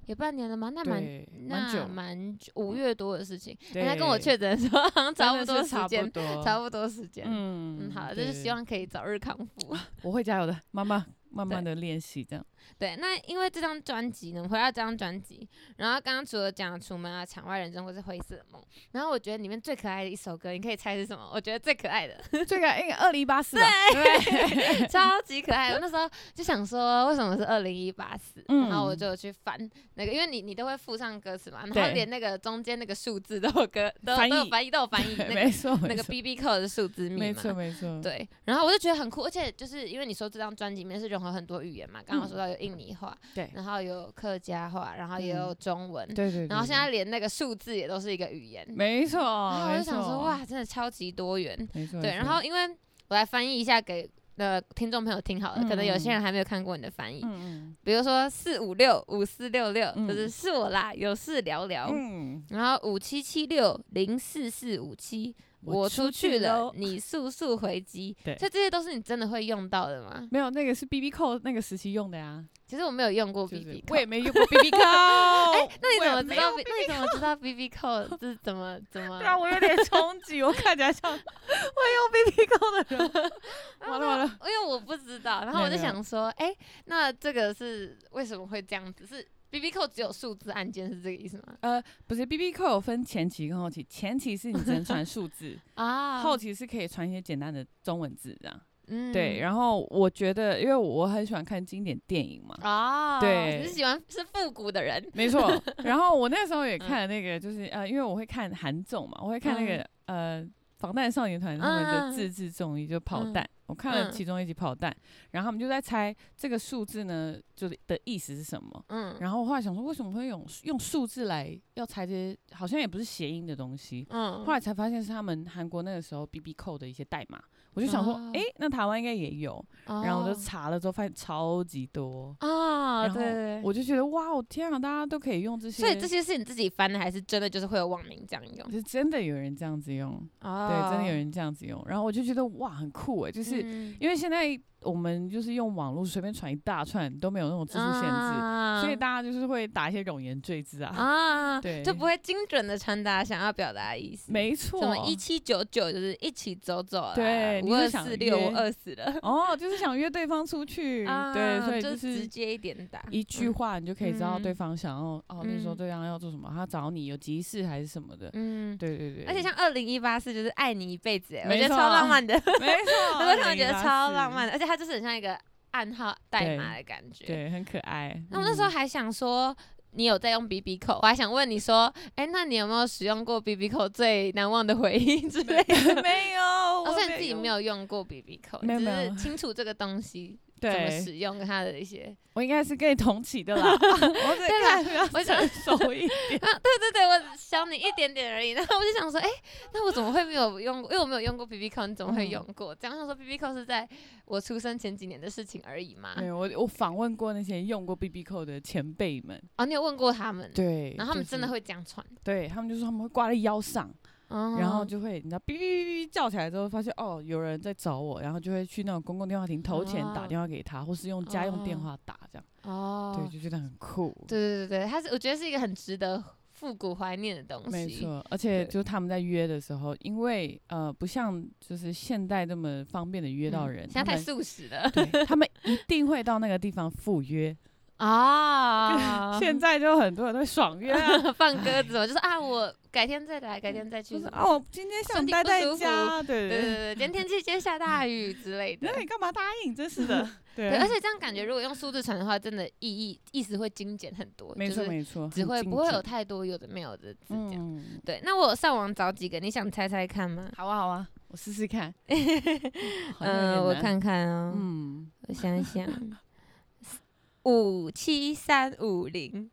A: 也半年了吗？那蛮
B: 对，蛮
A: 那
B: 久，
A: 蛮久五月多的事情，
B: 对
A: 人家跟我确诊的时候好像差不
B: 真的
A: 多
B: 是差
A: 时
B: 不
A: 间，
B: 多，
A: 差不多时间。嗯
B: 嗯
A: 好了，就是
B: 对
A: 希望可以早日康复。
B: 我会加油的，慢慢慢慢
A: 对
B: 的练习 这样。
A: 对，那因为这张专辑呢，回到这张专辑，然后刚刚除了讲《楚门》啊、《场外人生》或是《灰色的梦》，然后我觉得里面最可爱的一首歌，你可以猜是什么？我觉得最可爱的，
B: 这个应该二零一八四啊吧？
A: 对，超级可爱。我那时候就想说，为什么是二零一八四？
B: 嗯
A: 然后我就有去翻那个，因为你你都会附上歌词嘛，然
B: 对
A: 后连那个中间那个数字都有歌，都有
B: 翻译
A: 都有翻译，都
B: 对
A: 有翻译啊那
B: 没
A: 个
B: 错，
A: 那
B: 没
A: 个
B: 错，
A: B B 扣的数字密
B: 没
A: 码
B: 错，。没错。
A: 对，然后我就觉得很酷，而且就是因为你说这张专辑里面是融合很多语言嘛，
B: 嗯
A: 刚刚说到有印尼话，
B: 对
A: 然后有客家话，然后也有中文，
B: 嗯对对对。
A: 然后现在
B: 对
A: 连那个数字也都是一个语言，
B: 没错，
A: 然后我就
B: 没
A: 想说
B: 错，
A: 哇，真的超级多元，
B: 没错。
A: 对，
B: 没
A: 然
B: 错
A: 后因为我来翻译一下给呃听众朋友听好了，可能有些人还没有看过你的翻译，
B: 嗯
A: 比如说四五六五四六六，就是
B: 嗯哦
A: 是我啦，有事聊聊。
B: 嗯嗯
A: 然后五七七六零四四五七我出去了
B: 喽，
A: 你速速回击。
B: 对
A: 所以这些都是你真的会用到的吗？
B: 没有，那个是 B B 扣那个时期用的呀，
A: 其实我没有用过
B: 就
A: B
B: 是
A: B 扣
B: 我，也没用过哦 B B 扣。 哎
A: 那你怎么知道？那你怎么知道 B B 扣是怎么怎 么？
B: 啊让我有点冲击，我看起来像会用 B B 扣的人。完了完了，
A: 因为我不知道，然
B: 没
A: 后
B: 有
A: 我就
B: 没有
A: 想说，哎、那这个是为什么会这样子？是 B B 扣只有数字按键是这个意思吗？
B: 呃，不是 B B 扣有分前期跟后期，前期是你只能传数 字，
A: 啊
B: 后期是可以传一些简单的中文字这样。
A: 嗯
B: 对，然后我觉得，因为我很喜欢看经典电影嘛，
A: 啊，
B: 对
A: 你是喜欢是复古的人
B: 没 错。然后我那时
A: 嗯
B: 候也看了那个，就是呃，因为我会看韩综嘛，我会看那个呃防弹少年团他们
A: 嗯嗯嗯嗯
B: 的自制综艺，就炮
A: 嗯
B: 弹。我看了
A: 嗯
B: 其中一集炮弹，然后他们就在猜这个数字呢，就是的意思是什么。
A: 嗯，
B: 然后我后来想说，为什么会用用数字来要猜这些，好像也不是谐音的东西。
A: 嗯
B: 后来才发现是他们韩国那个时候 B B 扣的一些代码，我就想说，
A: 哦
B: 诶，那台湾应该也有。然后我就查了之后，发现超级多。
A: 啊，
B: 然后
A: 对对对，
B: 我就觉得哇，我天啊，大家都可以用这些，
A: 所以这些是你自己翻的，还是真的就是会有网民这样用？
B: 是真的有人这样子用，对，真的
A: 嗯
B: 有人这样子用。然后我就觉得哇，很酷欸诶，就、
A: 就是
B: 因为现在我们就是用网络随便传一大串都没有那种字数限制，所以大家就是会打一些冗言赘字啊。
A: 嗯啊，
B: 对
A: 就不会精准的传达想要表达的意思。
B: 没错，
A: 什么一七九九就是一起走走啦，
B: 对你
A: 五
B: 就
A: 二
B: 想
A: 四六
B: 约
A: 我饿死了，
B: 哦，就是想约对方出去，
A: 啊
B: 对，所以
A: 就
B: 就是
A: 直接一点打
B: 一句，话你就可以知道对
A: 嗯
B: 方想要、哦，那时候
A: 嗯
B: 对方要做什么，他找你有急事还是什么的，
A: 嗯，嗯
B: 对对对，
A: 而且像二零一八四就是爱你一辈子，哎，我
B: 没
A: 觉得
B: 错啊
A: 超 浪漫的，我
B: 没 错，
A: 都突然觉得
B: 2084
A: 超浪漫，的，而且它就是很像一个暗号代码的感觉。
B: 对，很可爱。嗯
A: 那我那时候还想说。你有在用 B B 扣？我还想问你说，哎、那你有没有使用过 B B 扣最难忘的回忆之类的？
B: 嗯没有，
A: 哦，
B: 我
A: 所以你自己没有用过 B B 扣，
B: 没有
A: 你只
B: 没
A: 是
B: 有
A: 清楚这个 东西怎么
B: 对，
A: 使用跟它的一些。
B: 我应该是跟你同期的 啦。 我只
A: 对啦
B: 看比较
A: 我想
B: 成熟一点。
A: 啊，对对对，我小你一点点而已。然后我就想说，哎、那我怎么会没有用过？因为我没有用过 B B 扣，你怎
B: 嗯
A: 么会用过？这样想说 B B 扣是在我出生前几年的事情而已嘛。
B: 没有，我我访问过那些用过 B B 扣的前辈们，
A: 哦，你有问过他们，
B: 对，
A: 然后他们
B: 就
A: 真的
B: 是，
A: 会这样穿，
B: 对他们就说他们会挂在腰上，
A: 哦
B: 然后就会你知道哔哔哔哔叫起来之后，发现哦有人在找我，然后就会去那种公共电话亭投钱
A: 哦
B: 打电话给他，或是用家用电话打这样，
A: 哦，
B: 对，就觉得很酷。
A: 对对对对，它是我觉得是一个很值得复古怀念的东西，
B: 没，错，而且
A: 对
B: 就是他们在约的时候，因为呃不像就是现代这么方便的约到人，
A: 嗯现在
B: 他
A: 太
B: 们
A: 素食了
B: 对他们一定会到那个地方赴约。
A: 啊
B: 现在就很多人都爽约啊，
A: 放鸽子嘛，就是啊，我改天再来，改天再去
B: 就是
A: 什么。
B: 啊我今天想
A: 身体
B: 待
A: 嗯不
B: 在
A: 舒服
B: 家，对对
A: 对对
B: 对。
A: 对对，今天天气今天下大雨之类 的
B: 那。你干嘛答应？真是 的，对啊
A: 对，而且这样感觉，如果用数字传的话，真的意义意思会精简很多，
B: 没
A: 就
B: 错
A: 是
B: 没错，
A: 只
B: 很
A: 会
B: 精
A: 不会
B: 致
A: 有太多有的没有的字这样。
B: 嗯，
A: 对，那我有上网找几个，你想猜猜看吗？
B: 好啊好啊，我试试 看。好像有
A: 嗯、
B: 点
A: 我
B: 难，
A: 看看哦，
B: 嗯，
A: 我想 一想，五七三五零，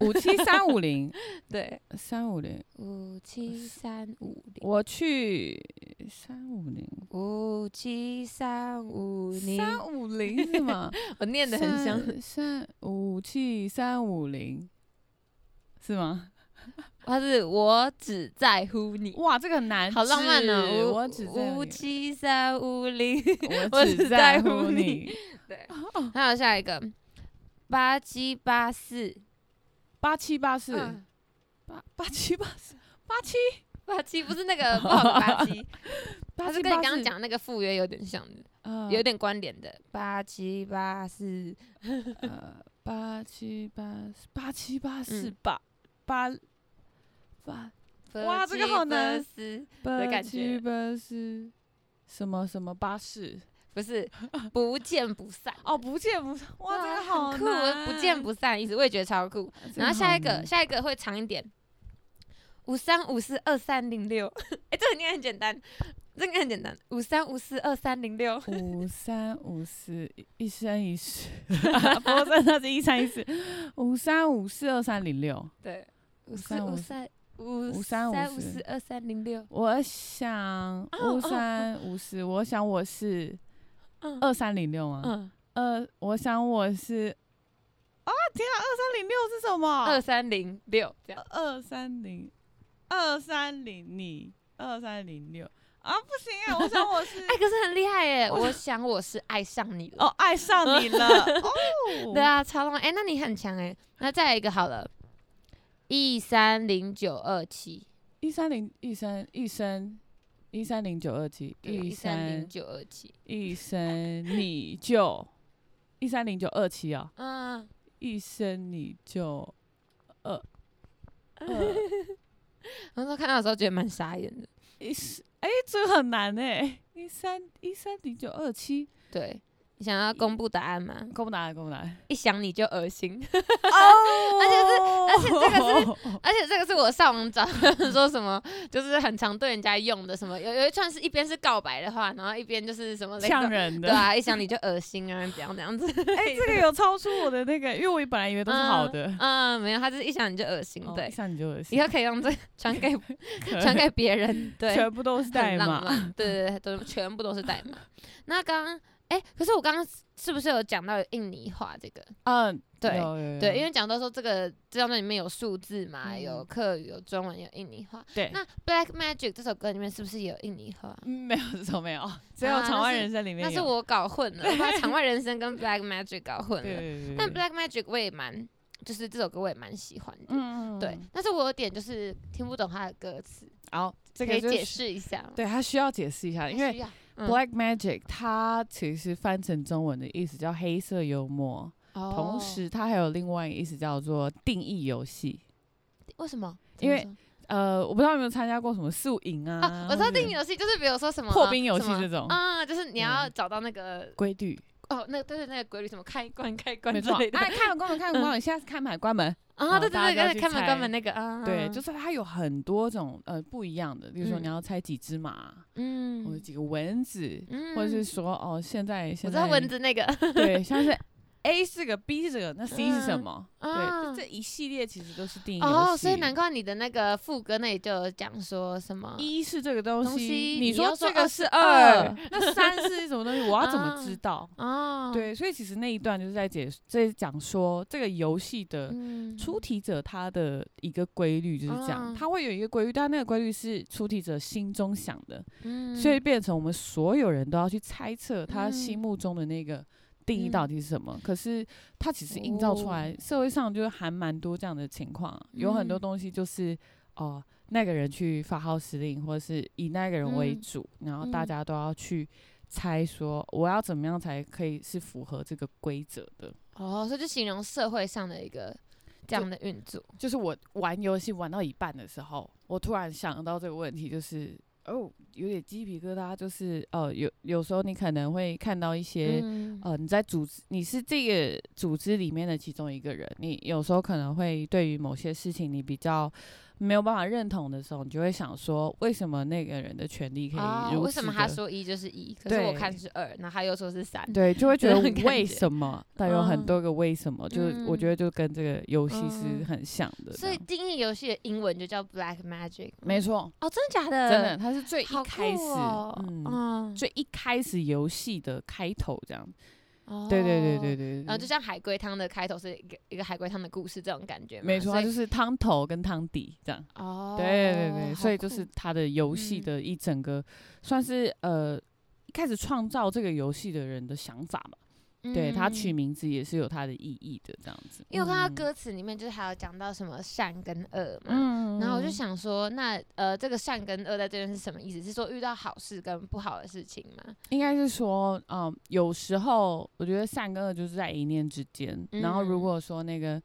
B: 五七三五零
A: 对，
B: 三五零，
A: 五七三五零，
B: 我去三五 零。
A: 五七三五零，
B: 三五零 是吗？
A: 我念的很像，
B: 三三五七三五零是吗？
A: 它是我只在乎你。
B: 哇，这个很难，
A: 好浪漫呢、
B: 哦！
A: 五
B: 我只在乎
A: 五
B: 你
A: 七三五零，
B: 我
A: 我
B: 只
A: 只
B: 在
A: 在
B: 乎
A: 乎
B: 你哦
A: 你。对，还有下一个八七八四
B: 八七八四
A: 嗯
B: 八八七八四八七
A: 八七，不是那 个不好的八七，
B: 八
A: 它
B: 七
A: 是跟你
B: 八
A: 刚刚
B: 四，
A: 讲那个赴约有点像的，
B: 呃
A: 有点关联的。嗯八七八四，
B: 呃八七八四八七八四
A: 嗯
B: 八八八哇
A: 八
B: 这个好
A: 七
B: 难
A: 八四的
B: 八
A: 感
B: 七
A: 觉
B: 八四什么什么巴士
A: 不是不见不 散。
B: 哦，不见不散哇，这个好
A: 很酷，我不见
B: 难
A: 不散的意思，我也觉得超酷。
B: 这
A: 然后
B: 好
A: 下一个，
B: 难
A: 下一个会长一点，五三五四二三零六， 哎，这个应该很简单，这个应该很简单，五三五四二三零六，
B: 五三五四一一生一 世，不过真的是一三一四，五三五四二三零六。
A: 对，五四
B: 53
A: 五三
B: 53
A: 五三五
B: 54
A: 四二三零六，
B: 我
A: 哦
B: 想五三五四，我想我是
A: 嗯
B: 二三零六啊吗？
A: 嗯，
B: 二，我想我是哦啊，天啊，二三零六是什么？
A: 二三零六这样，
B: 二三零二三零你二三零六啊，不行啊！我想我是
A: 哎，可是很厉害耶！我想我是爱上你了。
B: 哦，爱上你 了哦，
A: 对啊，超浪漫。哎、那你很强哎、那再来一个好了，一三零九二七，
B: 一三零一三一三一三零九二七一
A: 一三零
B: 三
A: 九二七。
B: 一生你就一三零九二七啊，
A: 嗯，
B: 一生你就二二
A: 嗯 我那时候看到的时候觉得蛮傻眼的。
B: 一生哎、这个很难哎、一三一三零九二七，
A: 对，你想要公布答案吗？
B: 公布答案，公布答案。
A: 一想你就恶 心，
B: 哦
A: 而且是
B: 且
A: 而
B: 这 个是
A: 而且这个是我上网找 说什么，就是很常对人家用的什么，有有一串是一边是告白的话，然后一边就是什么雷
B: 呛
A: 公
B: 人的，
A: 对啊，一想你就恶心啊，怎样怎样子。
B: 哎、 这个有超出我的那个，因为我本来以为都是好的。
A: 嗯，嗯，没有，他就是一想你就 恶心，
B: 哦
A: 嗯对
B: 一。上你就恶
A: 以
B: 心，
A: 后可以用这传 给
B: 可
A: 传给别人，对，
B: 全部都是代
A: 很浪
B: 码。
A: 漫，对对对，都全部都 是代码。那刚刚哎，可是我刚刚是不是有讲到有印尼话这个？
B: 嗯，
A: 对
B: 有有有
A: 对，因为讲到说这个这张专辑里面有数字嘛，
B: 嗯
A: 有客语，有中文，有印尼话。
B: 对
A: 那《Black Magic》这首歌里面是不是也有印尼话？
B: 嗯没有 这首没有，只有《
A: 啊
B: 场
A: 那
B: 外
A: 是
B: 人生》里面
A: 那是
B: 有
A: 我搞混了，我把《场外人生》跟《Black Magic》搞混
B: 对
A: 了。
B: 对对，
A: 但《
B: 对
A: Black Magic》我也蛮，就是这首歌我也蛮喜欢的。
B: 嗯嗯
A: 对
B: 嗯，
A: 但是我有点就是听不懂它的歌词，
B: 好，这
A: 可
B: 个
A: 以
B: 就是
A: 解释一下吗？
B: 对他需要解释一下，因为
A: 需要嗯
B: Black Magic 它其实翻成中文的意思叫黑色幽默，同
A: 哦
B: 时它还有另外一个意思叫做定义游戏。
A: 为什么？
B: 因为
A: 怎么
B: 呃，我不知道有没有参加过什么宿营
A: 说
B: 啊，
A: 啊，我知
B: 或
A: 道
B: 者
A: 定义游戏就是比如说什么
B: 破冰游戏
A: 什么
B: 这种
A: 啊，就是你要
B: 嗯
A: 找到那个
B: 规律，
A: 哦，那个对对那个规律，什么开关开关
B: 没
A: 之
B: 错。
A: 类的嗯
B: 哎，看门关门，看门关门，下次开门关门。
A: 啊，对对
B: 大
A: 对，
B: 家
A: 刚
B: 就
A: 才
B: 去
A: 开门
B: 猜
A: 关门那个啊，
B: 对，就是它有很多种呃不一样的，比如说
A: 嗯
B: 你要猜几只马，
A: 嗯
B: 或者几个蚊子，
A: 嗯
B: 或者是说哦现在
A: 我
B: 现
A: 知
B: 在
A: 道蚊子那 个
B: 对，像是 A 是个，B 是个，那 C 是什
A: 嗯
B: 么？
A: 啊
B: 对，就这一系列其实都是定义
A: 哦，
B: 游
A: 所以
B: 戏
A: 难怪你的那个副歌那里就有讲说什么
B: 一是这个东
A: 东西
B: 西，
A: 你
B: 你说
A: 要说
B: 这个
A: 哦
B: 是
A: 是
B: 二
A: 二，
B: 那三是什么东西？我要怎
A: 啊
B: 么知道？
A: 哦，，
B: 对，所以其实那一段就是在解，在讲说这个游戏的
A: 嗯
B: 出题者他的一个规律就是这样，
A: 啊
B: 他会有一个规律，但那个规律是出题者心中想的，
A: 嗯
B: 所以变成我们所有人都要去猜测他心
A: 嗯
B: 目中的那个定义
A: 嗯哦
B: 到底是什么。可是他其实映照出来，社会上就是还蛮多这样的情况啊，有很多
A: 嗯
B: 东西就是哦、那个人去发号施令，或者是以那个人为
A: 嗯
B: 主，然后大
A: 嗯
B: 家都要去。猜说我要怎么样才可以是符合这个规则的？
A: 哦，所以就形容社会上的一个这样的运作，
B: 就是我玩游戏玩到一半的时候，我突然想到这个问题，就是哦，有点鸡皮疙瘩，就是哦、有有时候你可能会看到一些、
A: 嗯
B: 呃，你在组织，你是这个组织里面的其中一个人，你有时候可能会对于某些事情你比较没有办法认同的时候，你就会想说，为什么那个人的权利可
A: 哦
B: 以如此的、
A: 为什么他说一就是一，可是我
B: 对
A: 看是二，然后他又说是三，
B: 对，就会觉
A: 这
B: 得
A: 种感
B: 为
A: 觉
B: 什么？但有
A: 嗯
B: 很多个为什么，就是我
A: 嗯
B: 觉得就跟这个游戏是
A: 嗯
B: 很像的这
A: 所以
B: 样。
A: 定义游戏的英文就叫 Black Magic，
B: 没错，
A: 哦，真的假的？
B: 真的，它是最一
A: 好
B: 开始，
A: 酷哦
B: 嗯，
A: 嗯，
B: 最一开始游戏的开头这样。
A: 哦
B: 对对对对对对。
A: 然哦后就像海龟汤的开头是一个一个海龟汤的故事这种感觉嘛，
B: 没错，
A: 所
B: 它
A: 以
B: 就是汤头跟汤底这样。
A: 哦，
B: 对对对，所以就
A: 好
B: 是
A: 酷
B: 他的游戏
A: 嗯
B: 的一整个，算是呃一开始创造这个游戏的人的想法嘛。对他取
A: 嗯
B: 名字也是有他的意义的，这样子。
A: 因为我看到
B: 嗯，
A: 歌词里面就是还有讲到什么善跟恶嘛，
B: 嗯
A: 然后我就，想说，那呃这个善跟恶在这边是什么意思？是说遇到好事跟不好的事情吗？
B: 应该是说，嗯，有时候我觉得善跟恶就是在一念之间。然后
A: 嗯
B: 如果说那个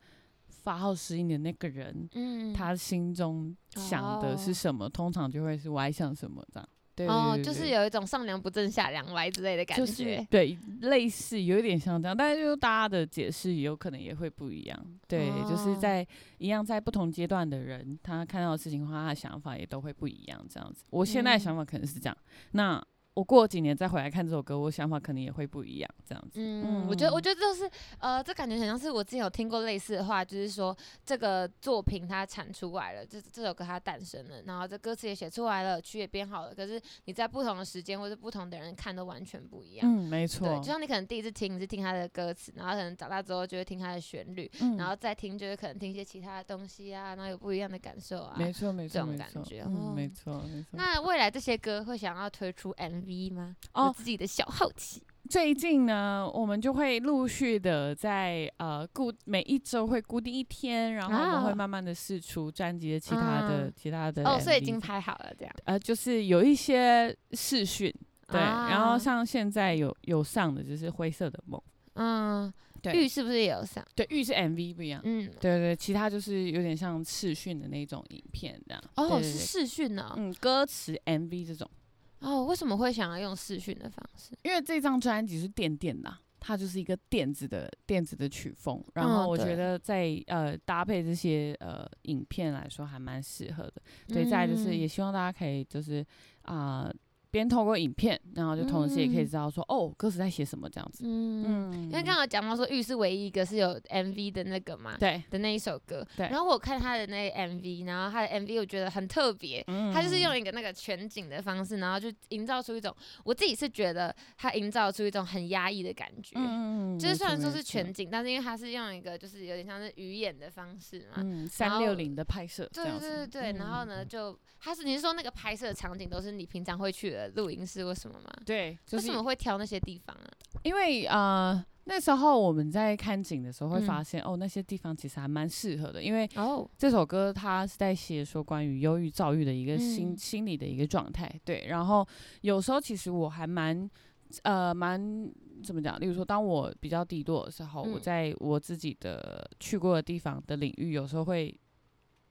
B: 发号施令的那个人，
A: 嗯，
B: 他心中想的
A: 哦
B: 是什么，通常就会是歪向什么这样。对
A: 哦
B: 对对
A: 就
B: 对
A: 是有一种上梁不正下梁歪之类的感
B: 就是
A: 觉。
B: 对，类似有一点像这样，但是就是大家的解释也有可能也会不一样。对，就是
A: 哦
B: 在一样在不同阶段的人，他看到的事情和他的想法也都会不一样。这样子，我现在的
A: 嗯
B: 想法可能是这样，那我过几年再回来看这首歌，我想法可能也会不一样，这样子。
A: 嗯，我觉得，我觉得这是，呃，这感觉很像是我之前有听过类似的话，就是说这个作品它产出来了，这这首歌它诞生了，然后这歌词也写出来了，曲也编好了，可是你在不同的时间或者不同的人看都完全不一样。
B: 嗯，没错
A: 对，，就像你可能第一次听你是听他的歌词，然后可能长大之后就会听他的旋律，
B: 嗯
A: 然后再听就是可能听一些其他的东西啊，然后有不一样的感受啊。
B: 没错，没
A: 这
B: 错，
A: 种
B: 没
A: 感
B: 错，
A: 觉哦
B: 嗯，没错，没错。
A: 那未来这些歌会想要推出 MV 吗？
B: 哦
A: 我自己的小好奇。
B: 最近呢，我们就会陆续的在呃固每一周会固定一天，然后我们
A: 啊
B: 会慢慢的试出专辑的其他的、
A: 啊
B: 其他的
A: 哦，所以已
B: MV
A: 经拍好了，这样。
B: 呃就是有一些试训，对，然
A: 啊
B: 后像现在有有上的就是灰色的梦，
A: 嗯，
B: 对
A: 玉是不是也有上？
B: 对，玉是 MV 不一样，
A: 嗯，
B: 对对，其他就是有点像试训的那种影片这样，
A: 哦，
B: 对对
A: 是
B: 对
A: 视讯呢。
B: 嗯歌词 MV 这种，
A: 哦，为什么会想要用视讯的方式？
B: 因为这张专辑是电电的啊、它就是一个电子的电子的曲风，然后
A: 嗯
B: 我觉
A: 对
B: 得在、呃搭配这些呃影片来说还蛮适合的。对，再来就是
A: 嗯
B: 也希望大家可以就是啊、呃边透过影片，然后就同时也可以
A: 嗯
B: 知道说、哦歌词在写什么这样子。
A: 嗯，
B: 嗯，
A: 因为刚刚讲到说玉是唯一一个是有 MV 的那个嘛，
B: 对，
A: 的那一首歌。
B: 对
A: 然后我看他的那个 MV，然后他的 MV 我觉得很特别，
B: 嗯
A: 他就是用一个那个全景的方式，然后就营造出一种，我自己是觉得他营造出一种很压抑的感觉。
B: 嗯嗯嗯
A: 就是
B: 没
A: 虽然
B: 错
A: 说
B: 没
A: 是
B: 错
A: 全景，但是因为他是用一个就是有点像是鱼眼的方式嘛，
B: 嗯
A: 啊然
B: 三
A: 后
B: 六零的拍摄这
A: 对
B: 样
A: 对
B: 子，嗯
A: 对对，然后呢，就他是你是说那个拍摄的场景都是你平常会去的录音室或什么吗？
B: 对，就
A: 为
B: 是
A: 什么会挑那些地方啊？
B: 因为呃那时候我们在看景的时候会
A: 嗯
B: 发现、哦那些地方其实还蛮适合的，因为
A: 哦，
B: 这首歌它是在写说关于忧郁、躁郁的一个心、
A: 嗯
B: 心理的一个状态，对。然后有时候其实我还蛮呃蛮怎么讲？例如说，当我比较低落的时候，我
A: 嗯
B: 在我自己的去过的地方的领域，有时候会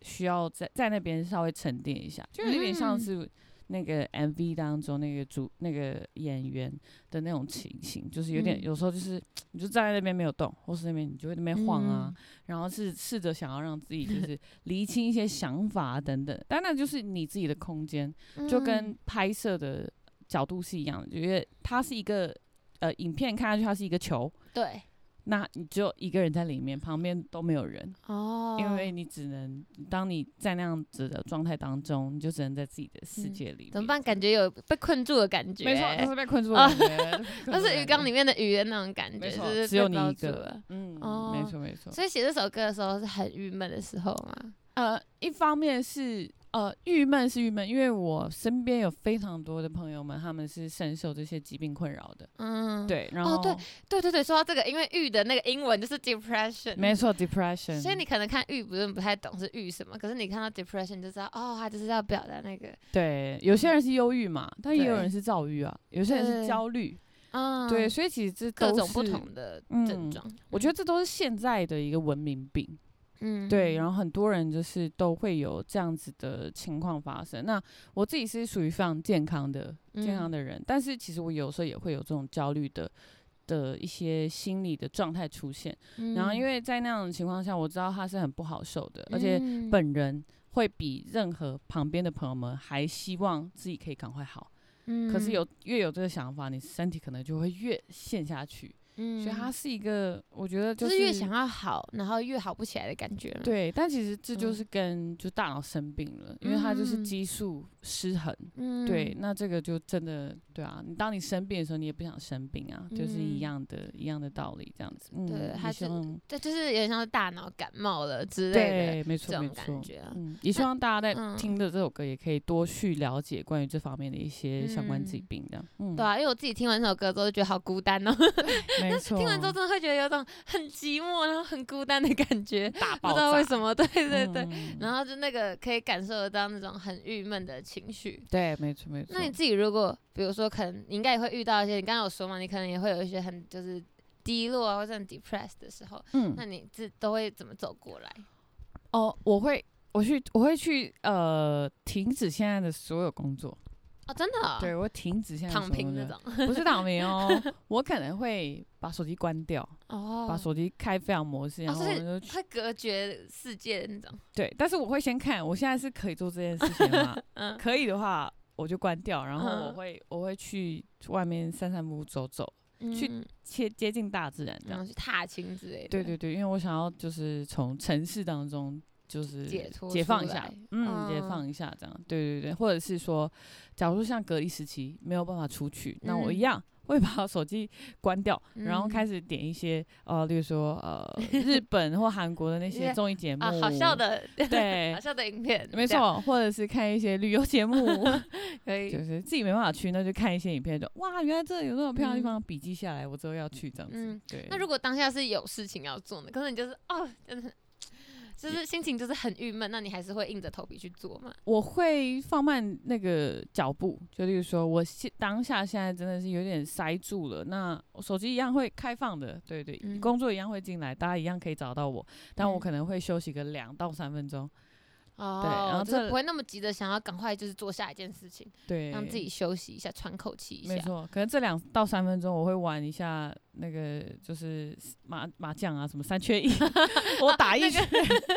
B: 需要在在那边稍微沉淀一下，就有点像
A: 嗯
B: 是。那个 MV 当中那个主那个演员的那种情形，就是有点、
A: 嗯
B: 有时候就是你就站在那边没有动，或是那边你就会那边晃啊，
A: 嗯
B: 然后是试着想要让自己就是 厘清一些想法啊等等，当然就是你自己的空间，
A: 嗯，
B: 就跟拍摄的角度是一样的，因为它是一个呃影片看上去它是一个球，
A: 对
B: 那你只有一个人在里面，旁边都没有人，
A: 哦，
B: 因为你只能当你在那样子的状态当中，你就只能在自己的世
A: 嗯
B: 界里面。
A: 怎么办？感觉有被困住的感觉，
B: 没错，就是被困住
A: 啊
B: 了，就
A: 那是鱼缸里
B: 面，
A: 面的鱼的那种感觉，
B: 没
A: 就
B: 错，
A: 是
B: 只有
A: 被
B: 你
A: 包
B: 一
A: 住
B: 个
A: 了。，
B: 嗯，没
A: 哦
B: 错没错。
A: 所以写这首歌的时候是很郁闷的时候嘛，
B: 呃，一方面是呃郁闷是郁闷，因为我身边有非常多的朋友们，他们是深受这些疾病困扰的。
A: 嗯，
B: 对，然后、
A: 哦对对对对，说到这个，因为玉的那个英文就是 depression，
B: 没错，depression。
A: 所以你可能看玉不是不太懂是玉什么，可是你看到 depression 就知道哦，他就是要表达那个，
B: 对有些人是忧郁嘛，但也有
A: 对
B: 人是躁郁啊，有些人
A: 对
B: 是焦虑。
A: 嗯，
B: 对，所以其实这
A: 各
B: 都
A: 种不
B: 是
A: 同的症
B: 嗯
A: 状。
B: 我觉得这都是现在的一个文明病。
A: 嗯，嗯
B: 对，然后很多人就是都会有这样子的情况发生。那我自己是属于非常健康的、
A: 嗯
B: 健康的人，但是其实我有时候也会有这种焦虑的的一些心理的状态出现。
A: 嗯
B: 然后因为在那样的情况下，我知道他是很不好受的，而
A: 嗯
B: 且本人会比任何旁边的朋友们还希望自己可以赶快好。
A: 嗯
B: 可是，有越有这个想法，你身体可能就会越陷下去。
A: 嗯
B: 所以它是一个，我觉得
A: 就
B: 就是
A: 越想要好，然后越好不起来的感觉嘛。
B: 对，但其实这就
A: 嗯
B: 是跟就大脑生病了，因为它就是
A: 嗯
B: 激素失衡。
A: 嗯，
B: 对，那这个就真的对啊，你当你生病的时候，你也不想生病啊，就是
A: 嗯
B: 一样的一样的道理，这样子。嗯，
A: 对
B: 也
A: 它
B: 希
A: 是
B: 望
A: 对，就是有点像是大脑感冒了之类
B: 对，没
A: 的这
B: 错没
A: 种感
B: 错。
A: 觉啊。
B: 嗯，也希望大家
A: 嗯
B: 在听的这首歌，也可以多去了解关于这方面的一些相关疾
A: 嗯
B: 病，这样。嗯，
A: 对啊，因为我自己听完这首歌之后就觉得好孤单哦，
B: 没错。
A: 听完之后真的会觉得有种很寂寞，然后很孤单的感觉，
B: 大
A: 不
B: 爆
A: 知道为
B: 炸
A: 什么。对对对，
B: 嗯
A: 然后就那个可以感受得到那种很郁闷的情绪。
B: 对，没错没错。
A: 那你自己如果比如说，可能你应该也会遇到一些，你刚刚有说嘛，你可能也会有一些很就是低落啊，或者很 depressed 的时候，
B: 嗯
A: 那你自都会怎么走过来？
B: 哦，我会我去我会去呃停止现在的所有工作，
A: 哦，真的哦、
B: 对我停止现在的
A: 躺
B: 所有
A: 平那
B: 的，
A: 种
B: 不是躺平 哦，我可能会把手机关掉，
A: 哦，
B: 把手机开飞行模式，然后
A: 所以
B: 我就去
A: 会隔绝世界的那种，
B: 对，但是我会先看，我现在是可以做这件事情吗？
A: 嗯，
B: 可以的话，我就关掉，然后我
A: 嗯
B: 会、我会去外面散散步、走走，去
A: 嗯
B: 切接近大自然这
A: 然
B: 样。
A: 后去踏青之
B: 嗯
A: 类的。
B: 对对对，因为我想要就是从城市当中就是
A: 解脱
B: 解
A: 出
B: 放一下
A: 来，
B: 嗯，解
A: 嗯
B: 放一下这样。对对对，或者是说，假如像隔离时期没有办法出去，那我一
A: 嗯
B: 样。会把手机关掉，然后
A: 嗯
B: 开始点一些呃，例如说呃日本或韩国的那
A: 一
B: 些
A: 些
B: 综艺节目
A: 啊，好笑，的，
B: 对
A: 好，笑的影片，
B: 嗯哎没
A: 这样，
B: 错，或者是看一些旅游节 目，
A: 可以
B: 就。是自己没办法去，那就看一些影片，就哇，原来这有那么漂亮的地方，笔记下来，我之后要去这样子
A: 嗯。
B: 对，
A: 那如果当下是有事情要做呢？可是你就是哦，真的。就是心情就是很郁闷，那你还是会硬着头皮去做嘛？
B: 我会放慢那个脚步，就例如说，我现当下现在真的是有点塞住了，那我手机一样会开放的，对对，
A: 嗯
B: 工作一样会进来，大家一样可以找到我，但我
A: 嗯
B: 可能会休息个两到三分钟，
A: 哦，
B: 然后
A: 就是
B: 这
A: 不会那么急着想要赶快就是做下一件事情，
B: 对，
A: 让自己休息一下，喘口气一
B: 没
A: 下。
B: 错，可能这两到三分钟我会玩一下那个就是麻麻将啊，什么三缺 一，我打一圈，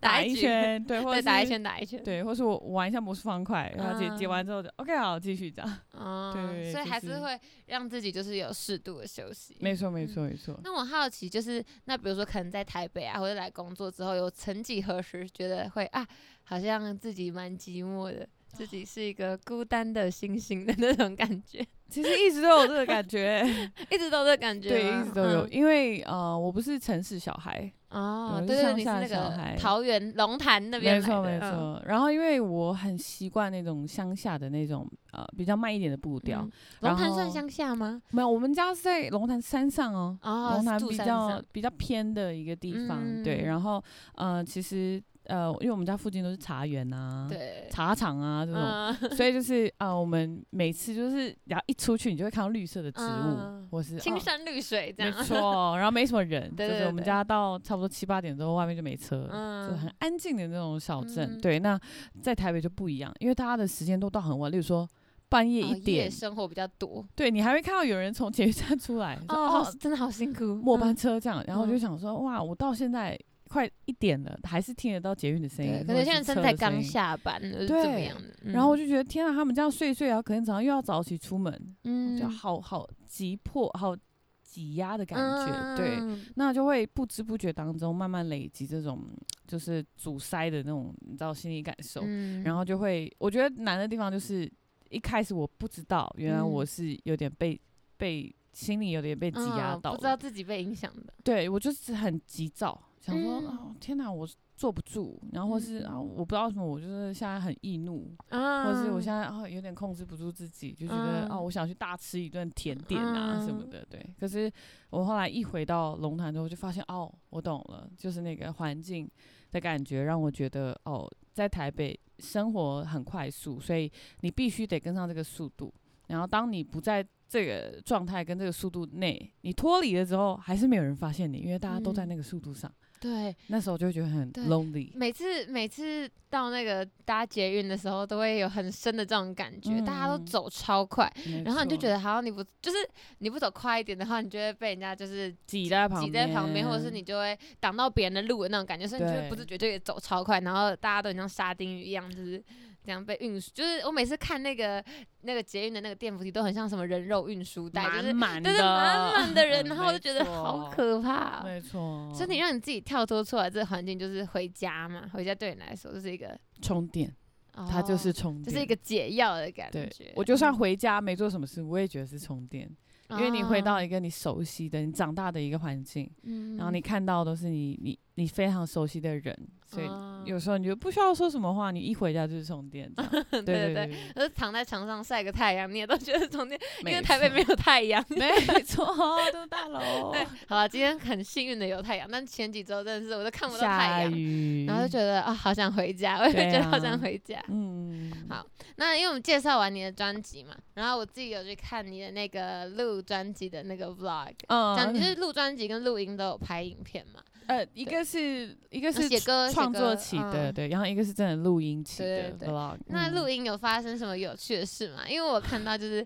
A: 打
B: 打
A: 一
B: 一
A: 局
B: 圈，对，或者
A: 再打一
B: 是，
A: 圈，打一圈。
B: 对，或是我玩一下魔术方块，然后解解
A: 嗯
B: 完之后就 OK，好，继续这样。
A: 哦，
B: 对
A: 所以
B: 就
A: 还
B: 是
A: 是会让自己就是有适度的休息。
B: 没错，没
A: 嗯
B: 错，没错。
A: 那我好奇，就是那比如说，可能在台北啊，或者来工作之后，有曾几何时觉得会啊，好像自己蛮寂寞的，自己是一个孤单的星星的那种感觉，
B: 其实一直都有这个感觉，
A: 一直都 有这个感觉
B: 对，
A: 吗
B: 一直都有，
A: 嗯
B: 因为呃，我不是城市小孩，
A: 哦，
B: 对
A: 对
B: 我是
A: 对，
B: 乡
A: 你是
B: 下
A: 那
B: 小孩
A: 个桃园龙潭那边
B: 没错，
A: 来
B: 没
A: 的嗯
B: 错。然后因为我很习惯那种乡下的那种呃比较慢一点的步调
A: 嗯，龙潭
B: 然
A: 算
B: 后
A: 乡下吗？
B: 没有，我们家是在龙潭山上哦，
A: 哦，
B: 龙
A: 是
B: 潭
A: 住
B: 比
A: 山
B: 较
A: 上
B: 比较偏的一个地方，对。
A: 嗯
B: 然后呃，其实呃，因为我们家附近都是茶园啊，，
A: 对，
B: 茶厂啊这种，
A: 嗯，
B: 所以就是呃，我们每次就是然后一出去，你就会看到绿色的植物
A: 嗯，
B: 或是
A: 青
B: 哦
A: 山绿水这
B: 没
A: 样，
B: 错，然后没什么人，就
A: 对对
B: 是我们
A: 对
B: 家到差不多七八点之后，外面就没车，就很
A: 嗯，
B: 安静的那种小镇。
A: 嗯
B: 对，那在台北就不一样，因为大家的时间都到很晚，例如说半夜
A: 哦
B: 一点
A: 夜，生活比较多，
B: 对你还会看到有人从捷运站出来，说
A: 哦，
B: 哦
A: 好，真的好辛苦，
B: 末班
A: 嗯
B: 车这样，然后我就
A: 嗯
B: 想说，哇，我到现在快一点了，还是听得到捷运的声音
A: 对，，可
B: 或
A: 能
B: 者
A: 现在
B: 是
A: 正
B: 车
A: 在
B: 的声
A: 刚
B: 音。
A: 下班，呃怎么
B: 对
A: 样的？
B: 然后我
A: 就
B: 就觉得天啊，他们这样睡一睡，然后可能早上又要早起出门，
A: 嗯
B: 哦就好好急迫、好挤压的感觉。对，
A: 嗯
B: 那就会不知不觉当中慢慢累积这种就是阻塞的那种，你知道心理感受。
A: 嗯
B: 然后就会，我觉得难的地方就是一开始我不知道，原来
A: 嗯
B: 我是有点被、被心里有点被挤压
A: 嗯
B: 到了、
A: 不知道自己被影响的，
B: 对我就是很急躁，想说、
A: 嗯
B: 哦天哪，我坐不住，然后或是、啊我不知道为什么，我就是现在很易怒，
A: 啊
B: 或是我现在哦有点控制不住自己，就觉得、哦
A: 嗯
B: 我想去大吃一顿甜点啊什么
A: 嗯
B: 的，对。可是我后来一回到龙潭之后，就发现哦我懂了，就是那个环境的感觉让我觉得哦在台北生活很快速，所以你必须得跟上这个速度。然后当你不在这个状态跟这个速度内，你脱离了之后，还是没有人发现你，因为大家都在
A: 嗯
B: 那个速度上。
A: 对
B: 那时候就会觉得很
A: 对
B: lonely。
A: 每次每次到那个搭捷运的时候，都会有很深的这种感觉，大家都
B: 嗯
A: 走超快。
B: 没
A: 然后你就
B: 错
A: 觉得，好像你不就是你不走快一点的话，你就会被人家就是
B: 挤在旁
A: 挤在旁边，或者是你就会挡到别人的路的那种感觉，所以你就会不
B: 对
A: 自觉就也走超快，然后大家都很像沙丁鱼一样，就是这样被运输。就是我每次看那个那个捷运的那个电扶梯，都很像什么人肉运输带，就是
B: 满满的，
A: 对对满满 的人，然后我就
B: 没
A: 觉得好
B: 错。
A: 可怕哦、
B: 没错，
A: 所以你让你自己跳脱出来这个环境，就是回家嘛，回家对你来说就是一个，
B: 充电，它就是
A: 哦
B: 充电，
A: 就是一个解药的感
B: 对
A: 觉。。
B: 我就算回家没做什么事，我也觉得是充电，因
A: 嗯，
B: 为你回
A: 哦
B: 到，一个你熟悉的、你长大的一个环境，
A: 嗯
B: 然后你看到都是你、你、你非常熟悉的人，所以
A: 哦
B: 有时候你就不需要说什么话，你一回家就是充电这样。对
A: 对
B: 对
A: 对
B: 对，
A: 就是躺在床上晒个太阳，你也都觉得充电，因为
B: 没
A: 台北
B: 错
A: 没有太阳。
B: 没错，都是大楼，
A: 对， 好了，今天很幸运的有太阳，但前几周真的是我都看不到太
B: 下
A: 阳，
B: 雨，
A: 然后就觉得啊，好想回家，我也
B: 对
A: 觉得好
B: 啊
A: 想回家。
B: 嗯，
A: 好那因为我们介绍完你的专辑嘛，然后我自己有去看你的那个录专辑的那个 vlog，
B: 嗯
A: 讲你就是录专辑跟录音都有拍影片嘛，
B: 呃，一个是一个是
A: 写歌写
B: 创
A: 歌
B: 作起的，
A: 嗯
B: 对，然后一个是真的录音起
A: 对
B: 的
A: 对对
B: vlog。
A: 那
B: 嗯
A: 录音有发生什么有趣的事吗？因为我看到就是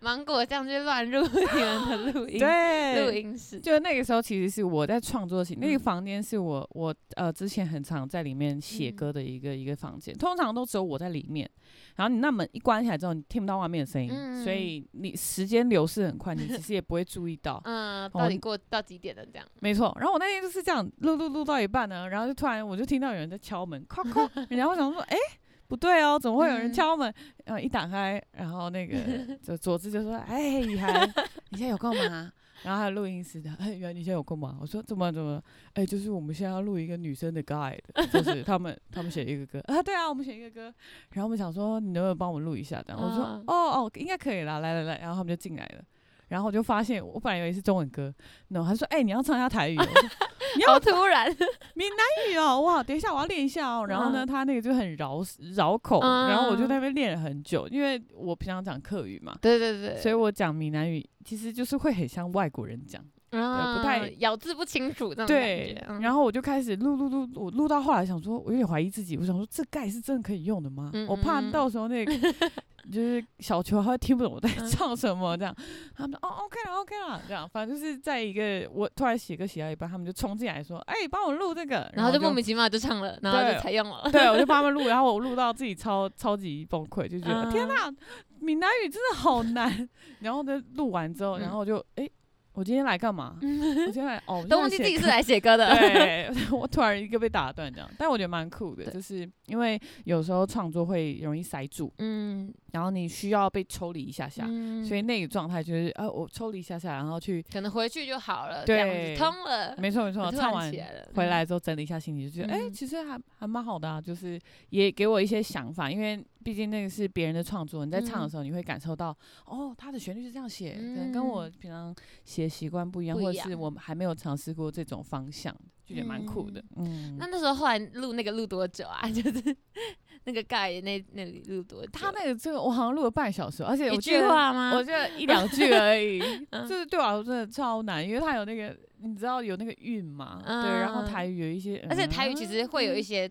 A: 芒果酱就乱入你们的录音
B: 对
A: 录音室，
B: 就那个时候，其实是我在创作型，那个
A: 嗯
B: 房间是我我呃之前很常在里面写
A: 嗯
B: 歌的一个、一个房间，通常都只有我在里面。然后你那门一关起来之后，你听不到外面的声音，
A: 嗯
B: 所以你时间流逝很快，你其实也不会注意到。
A: 嗯，
B: 哦
A: 到底过到几点了这样？
B: 没错，然后我那天就是这样录录录到一半呢，然后就突然我就听到有人在敲门，敲敲，然后我想说，哎、不对哦，怎么会有人
A: 嗯
B: 敲门？然后一打开，然后那个就佐治就说，哎、雨涵，你现在有空吗？然后还有录音师的，哎、雨涵，你现在有空吗？我说怎么怎么，哎、就是我们现在要录一个女生的 guide，就是他们他们写一个歌啊，对啊，我们写一个歌，然后我们想说你能不能帮我们录一下？这样，我说
A: 啊
B: 哦哦，应该可以啦，来来来，然后他们就进来了。然后我就发现，我本来以为是中文歌，然后他说：“哎、你要唱一下台语、哦。”我 说你要
A: 好突然，
B: 闽南语哦，哇！等一下我要练一下哦。然后呢，他那个就很绕绕口，
A: 嗯
B: 然后我就在那边练了很久，因为我平常讲客语嘛，
A: 对对对，
B: 所以我讲闽南语其实就是会很像外国人讲。
A: 嗯
B: 不太
A: 咬字不清楚那种感
B: 对
A: 觉。，嗯
B: 然后我就开始录录录，我录到后来想说，我有点怀疑自己，我想说这盖是真的可以用的吗？
A: 嗯
B: 我怕
A: 嗯嗯
B: 到时候那 个就是小球他会听不懂我在
A: 嗯
B: 唱什么这样，他们说哦 OK 了 OK 了这样，反正就是在一个我突然写歌写到一半，他们就冲进来说，哎、帮我录这个，
A: 然后就莫名其妙就唱了，然后就采用了。
B: 对，我就帮他们录，然后我录到自己超超级崩溃，就觉得、
A: 嗯
B: 天哪，闽南语真的好难。然后呢，录完之后，
A: 嗯
B: 然后我就哎、我今天来干嘛？我今天来哦，我今天
A: 都
B: 来
A: 忘记
B: 写
A: 自己
B: 歌
A: 是来写歌的，
B: 对，我突然一个被打断这样，但我觉得蛮酷的，
A: 对
B: 就是因为有时候创作会容易塞住，
A: 嗯，
B: 然后你需要被抽离一下下，
A: 嗯
B: 所以那个状态就是呃，我抽离一下下，然后去，
A: 可能回去就好了，这样
B: 对
A: 子通了，
B: 没错没错，
A: 呃我突
B: 唱
A: 然
B: 完
A: 起来了，
B: 回
A: 嗯
B: 来之后整理一下心情，就觉得哎、
A: 嗯
B: 其实还还蛮好的啊，就是也给我一些想法，因为毕竟那个是别人的创作，你在唱的
A: 嗯
B: 时候你会感受到，哦，他的旋律是这样写，可能跟我
A: 嗯
B: 平常写习惯不一样，
A: 不
B: 或
A: 一
B: 者是
A: 样
B: 我还没有尝试过这种方向，就觉得蛮酷的。嗯，
A: 那那时候后来录那个录多久啊？ 就是那个盖那那里录多久？
B: 他那个这个我好像录了半小时，而且我
A: 一
B: 记
A: 句
B: 得
A: 话吗？，
B: 我就一两句而已
A: 嗯
B: 就是对我来说真的超难，因为它有那个你知道有那个韵嘛，对，然后
A: 嗯
B: 台语有一些，嗯
A: 而且台 语其实会有一些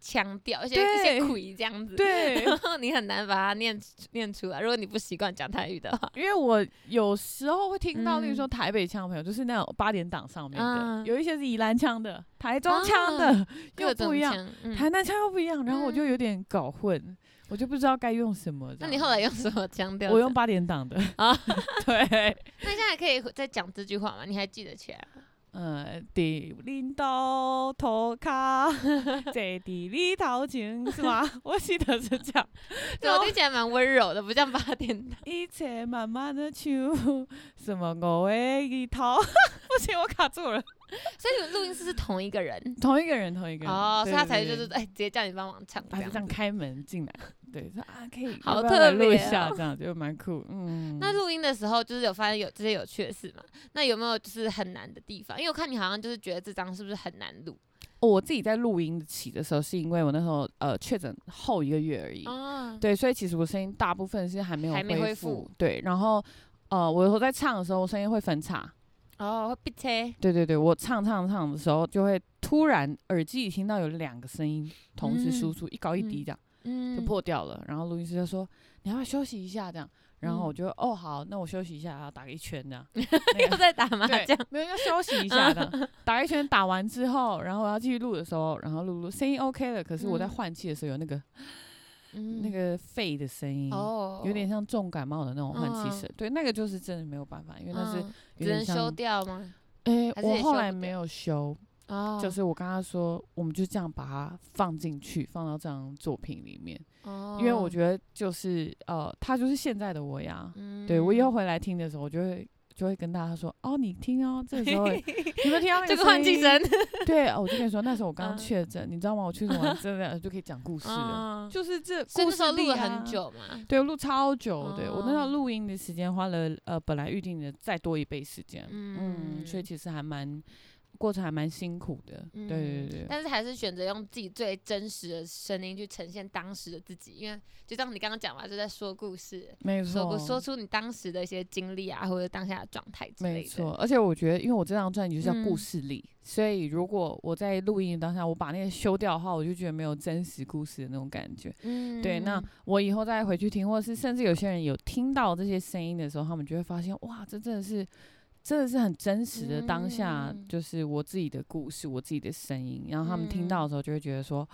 A: 腔调，一些一些
B: 对
A: 苦这样子，，
B: 对，
A: 然后哦你很难把它念出念出来。如果你不习惯讲台语的话，
B: 因为我有时候会听到，例如说
A: 嗯
B: 台北腔的朋友，就是那种八点档上面的，
A: 嗯
B: 有一些是宜兰腔的、台中腔
A: 啊
B: 的， 又
A: 各种
B: 不一样，
A: 腔。嗯
B: 台南腔又不一样，然后我就
A: 嗯
B: 有点搞混，我就不知道该用什么。这
A: 那你
B: 样
A: 后来用什么腔调讲？
B: 我用八点档的
A: 啊
B: 对。
A: 那现在可以再讲这句话吗？你还记得起来吗？
B: 呃，伫恁兜涂 骹，坐伫你头前是吗？ 我记得是这样。
A: 对我听起来蛮温柔的，不像八点档。
B: 一切慢慢的像什么我的一头， 不行，我卡住了。
A: 所以你们录音室是同一个人
B: 同一个人，同一个人。
A: 哦，所
B: 嗯
A: 以
B: 对
A: 他
B: 对
A: 才
B: 对
A: 就是哎，直接叫你帮忙唱这
B: 他就
A: 样
B: 这
A: 子
B: 样。开门进来，对，说啊可以，要
A: 好
B: 不要来
A: 特
B: 录一
A: 别哦
B: 下，这样就蛮酷，嗯。
A: 那录音的时候，就是有发现有这些有趣的事嘛？那有没有就是很难的地方？因为我看你好像就是觉得这张是不是很难录
B: 哦我自己在录音起的时候，是因为我那时候呃确诊后一个月而已，
A: 啊？
B: 对，所以其实我声音大部分是还没有
A: 还没恢
B: 复
A: 复，
B: 对，然后呃，我有时候在唱的时候，我声音会分叉，
A: 哦，会闭切
B: 对对对，我唱唱唱的时候就会突然耳机里听到有两个声音同时输
A: 嗯
B: 出，一高一低这样、
A: 嗯
B: 就破掉了，然后录音师就说你要不要休息一下这样，然后我
A: 嗯
B: 就、哦好，那我休息一下，然后打个一圈 这样，
A: 又在打麻
B: 对
A: 将，，
B: 没有要休息一下
A: 嗯
B: 的。 打一圈打完之后，然后我要继续录的时候，然后录录声音 OK 了，可是我在
A: 嗯
B: 换气的时候有那个、
A: 嗯
B: 那个肺的声音，
A: 哦，
B: 有点像重感冒的那种换气
A: 嗯
B: 声。对，那个就是真的没有办法，因为那是
A: 嗯
B: 有
A: 只
B: 点
A: 能修
B: 像。
A: 掉吗？
B: 诶，
A: 还是
B: 我
A: 也
B: 后
A: 修
B: 来
A: 不
B: 没
A: 掉
B: 有修，
A: 哦，
B: 就是我跟他说，我们就这样把它放进去，放到这张作品里面，因为我
A: 得，
B: 觉得就是呃，他就是现在的我呀。
A: 哦嗯
B: 对我以后回来听的时候，我就会。就会跟大家说哦，你听哦，这 时候你们听到那
A: 这
B: 个
A: 个换气
B: 音
A: 声，
B: 对，哦我就跟你说，那时候我刚
A: 嗯
B: 确诊，你知道吗？我确 诊完真的就可以讲故事了，
A: 嗯
B: 就是这
A: 所以
B: 故
A: 那时候
B: 事
A: 录了
B: 力
A: 很
B: 啊。
A: 久嘛。
B: 对，录超久的。我那时候
A: 哦
B: 录音的时间花了呃本来预定的再多一倍时间，嗯
A: 嗯
B: 所以其实还蛮过程还蛮辛苦的。对对对对，
A: 嗯但是还是选择用自己最真实的声音去呈现当时的自己，因为就像你刚刚讲嘛，就在说故事，
B: 没
A: 说
B: 错，
A: 故说出你当时的一些经历啊，或者当下的状态之类
B: 没
A: 的。
B: 错，而且我觉得，因为我这张专辑就是叫
A: 嗯
B: 故事里，所以如果我在录音的当下我把那些修掉的话，我就觉得没有真实故事的那种感觉。
A: 嗯
B: 对，那我以后再回去听，或者是甚至有些人有听到这些声音的时候，他们就会发现，哇，这真的是，真的是很真实的当下，
A: 嗯
B: 就是我自己的故事，我自己的声音，然后他们听
A: 嗯
B: 到的时候就会觉得说。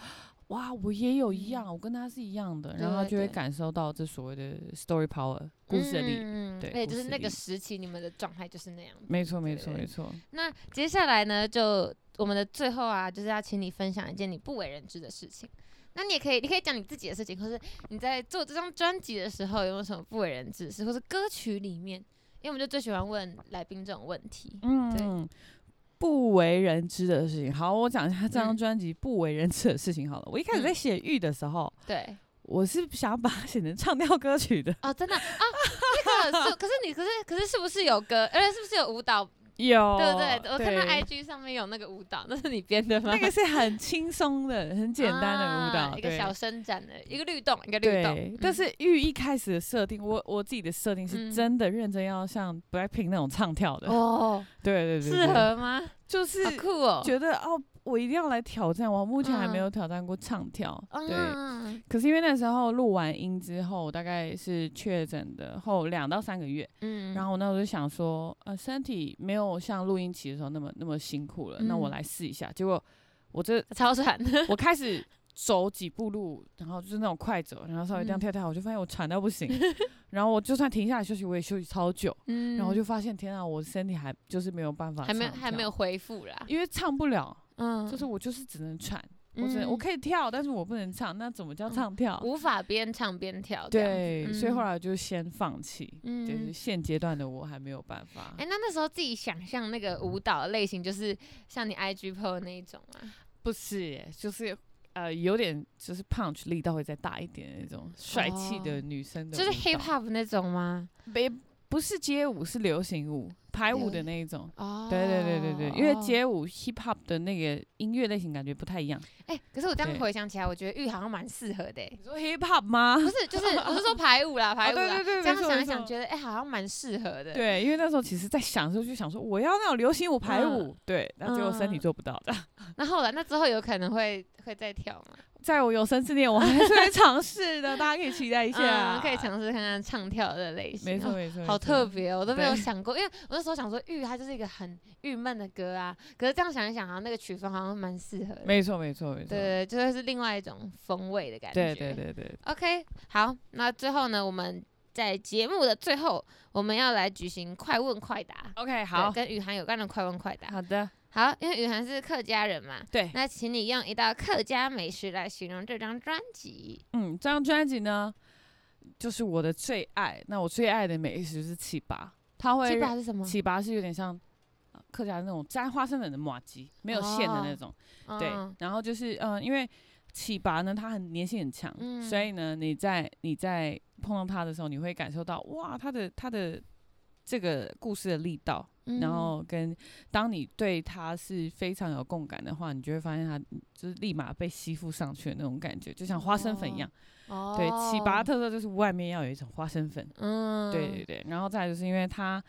B: 哇，我也有一
A: 嗯
B: 样，我跟他是一样的，
A: 对
B: 然后他就会
A: 对
B: 感受到这所谓的 story power 故事的力。
A: 嗯
B: 对
A: 而且
B: 故
A: 就是
B: 事
A: 那个
B: 力
A: 时期你们的状态就是那样子。
B: 没错，没
A: 对
B: 错，
A: 对
B: 没错。
A: 那接下来呢，就我们的最后啊，就是要请你分享一件你不为人知的事情。那你也可以，你可以讲你自己的事情，或是你在做这张专辑的时候有没有什么不为人知的事，或是歌曲里面，因为我们就最喜欢问来宾这种问题。
B: 嗯，不为人知的事情。好，我讲一下这张
A: 嗯
B: 专辑不为人知的事情好了。我一开始在
A: 嗯
B: 写《玉》的时候，
A: 对，
B: 我是想把它写成唱跳歌曲的。
A: 哦，真的啊，那个是，可是你，可是可是是不是有歌，而且是不是有舞蹈，
B: 有，
A: 对不对？我看到
B: 哦对
A: IG 上面有那个舞蹈，那是你编的吗？
B: 那个是很轻松的、很简单的舞蹈，
A: 啊一个
B: 对
A: 小伸展的，一个律动，一个律动。
B: 对
A: 嗯，
B: 但是玉一开始的设定，我我自己的设定
A: 嗯
B: 是真的认真要像 BLACKPINK 那种唱跳的，
A: 哦，
B: 对对对，
A: 适
B: 对，
A: 合吗？
B: 就是
A: 好酷哦！
B: 觉得哦，我一定要来挑战。我目前还没
A: 嗯
B: 有挑战过唱跳，对，
A: 嗯
B: 可是因为那时候录完音之后，大概是确诊的后两到三个月，
A: 嗯
B: 然后我那时候就想说，呃，身体没有像录音期的时候那么那么辛苦了，那我
A: 嗯
B: 来试一下。结果我这
A: 超喘，
B: 我开始走几步路，然后就是那种快走，然后稍微这样
A: 嗯
B: 跳跳，我就发现我喘到不 行，然后我就算停下来休息，我也休息超久，
A: 嗯
B: 然后我就发现天啊，我身体还就是没有办法，
A: 还没有还没有，恢复啦，
B: 因为唱不了，
A: 嗯
B: 就是我就是只能喘，我只能我
A: 以
B: 可以跳，但是我不能唱，那怎么叫
A: 嗯
B: 唱跳？
A: 无法边唱边跳这样子，
B: 对，所以后
A: 嗯
B: 来我就先放弃，就是
A: 嗯。
B: 现阶段的我还没有办法。
A: 哎、那那时候自己想象那个舞蹈类型，就是像你 IG PO 的那一种啊，
B: 不是耶，就是呃，有点就是 punch 力道会再大一点的那种帅气
A: 哦
B: 的女生的舞
A: 就
B: 蹈，
A: 是 hip hop 那种吗？
B: 没不是街舞，是流行舞、排舞
A: 流
B: 的那一种。
A: 哦，
B: 对对对对对，因为
A: 哦
B: 街舞 hip hop 的那个音乐类型感觉不太一样。
A: 哎、可是我这样
B: 对
A: 回想起来，我觉得玉好像蛮适合的、欸，
B: 你说 hip hop 吗？
A: 不是，就是我 是说排舞啦，排舞
B: 哦对
A: 啦，
B: 对对
A: 这样
B: 没错
A: 想
B: 没
A: 一想，
B: 错
A: 觉得哎、好像蛮适合的，
B: 对，因为那时候其实在想的时候就想说，我要那种流行舞排
A: 嗯
B: 舞，对，那结果身体
A: 嗯
B: 做不到的。
A: 那后来那之后有可能会会再跳吗？
B: 在我有生之年，我还是会尝试的，大家可以期待一下，
A: 嗯、可以尝试看看唱跳的类型。
B: 没错
A: 哦
B: 没错，
A: 好
B: 没错
A: 特，别哦，我都没有
B: 对
A: 想过，因为我那时候想说《玉》它就是一个很郁闷的歌啊，可是这样想一想，好像那个曲风好像蛮适合的，
B: 没错没错没错，
A: 对，就会是另外一种风味的感觉。
B: 对对。对对，
A: OK，好，那最后呢，我们在节目的最后，我们要来举行快问快答，
B: ，OK
A: 对
B: 好
A: 跟雨涵有关的快问快答。
B: 好的，
A: 好，因为雨涵是客家人嘛，
B: 对，
A: 那请你用一道客家美食来形容这张专辑。
B: 嗯，这张专辑呢，就是我的最爱，那我最爱的美食是糍粑，它会
A: 鸡
B: 让
A: 巴是什么？
B: 糍粑是有点像。呃客家那种沾花生粉的麻鸡，没有馅的那
A: 哦
B: 种。对
A: 嗯，
B: 然后就是嗯、呃因为糍粑呢，它很粘性很强，
A: 嗯
B: 所以呢，你在你在碰到它的时候，你会感受到哇，它的它的这个故事的力道，
A: 嗯
B: 然后跟当你对它是非常有共感的话，你就会发现它就是立马被吸附上去的那种感觉，就像花生粉一样。
A: 哦
B: 对，糍粑的特色就是外面要有一层花生粉。
A: 嗯，
B: 对对对，然后再来就是因为它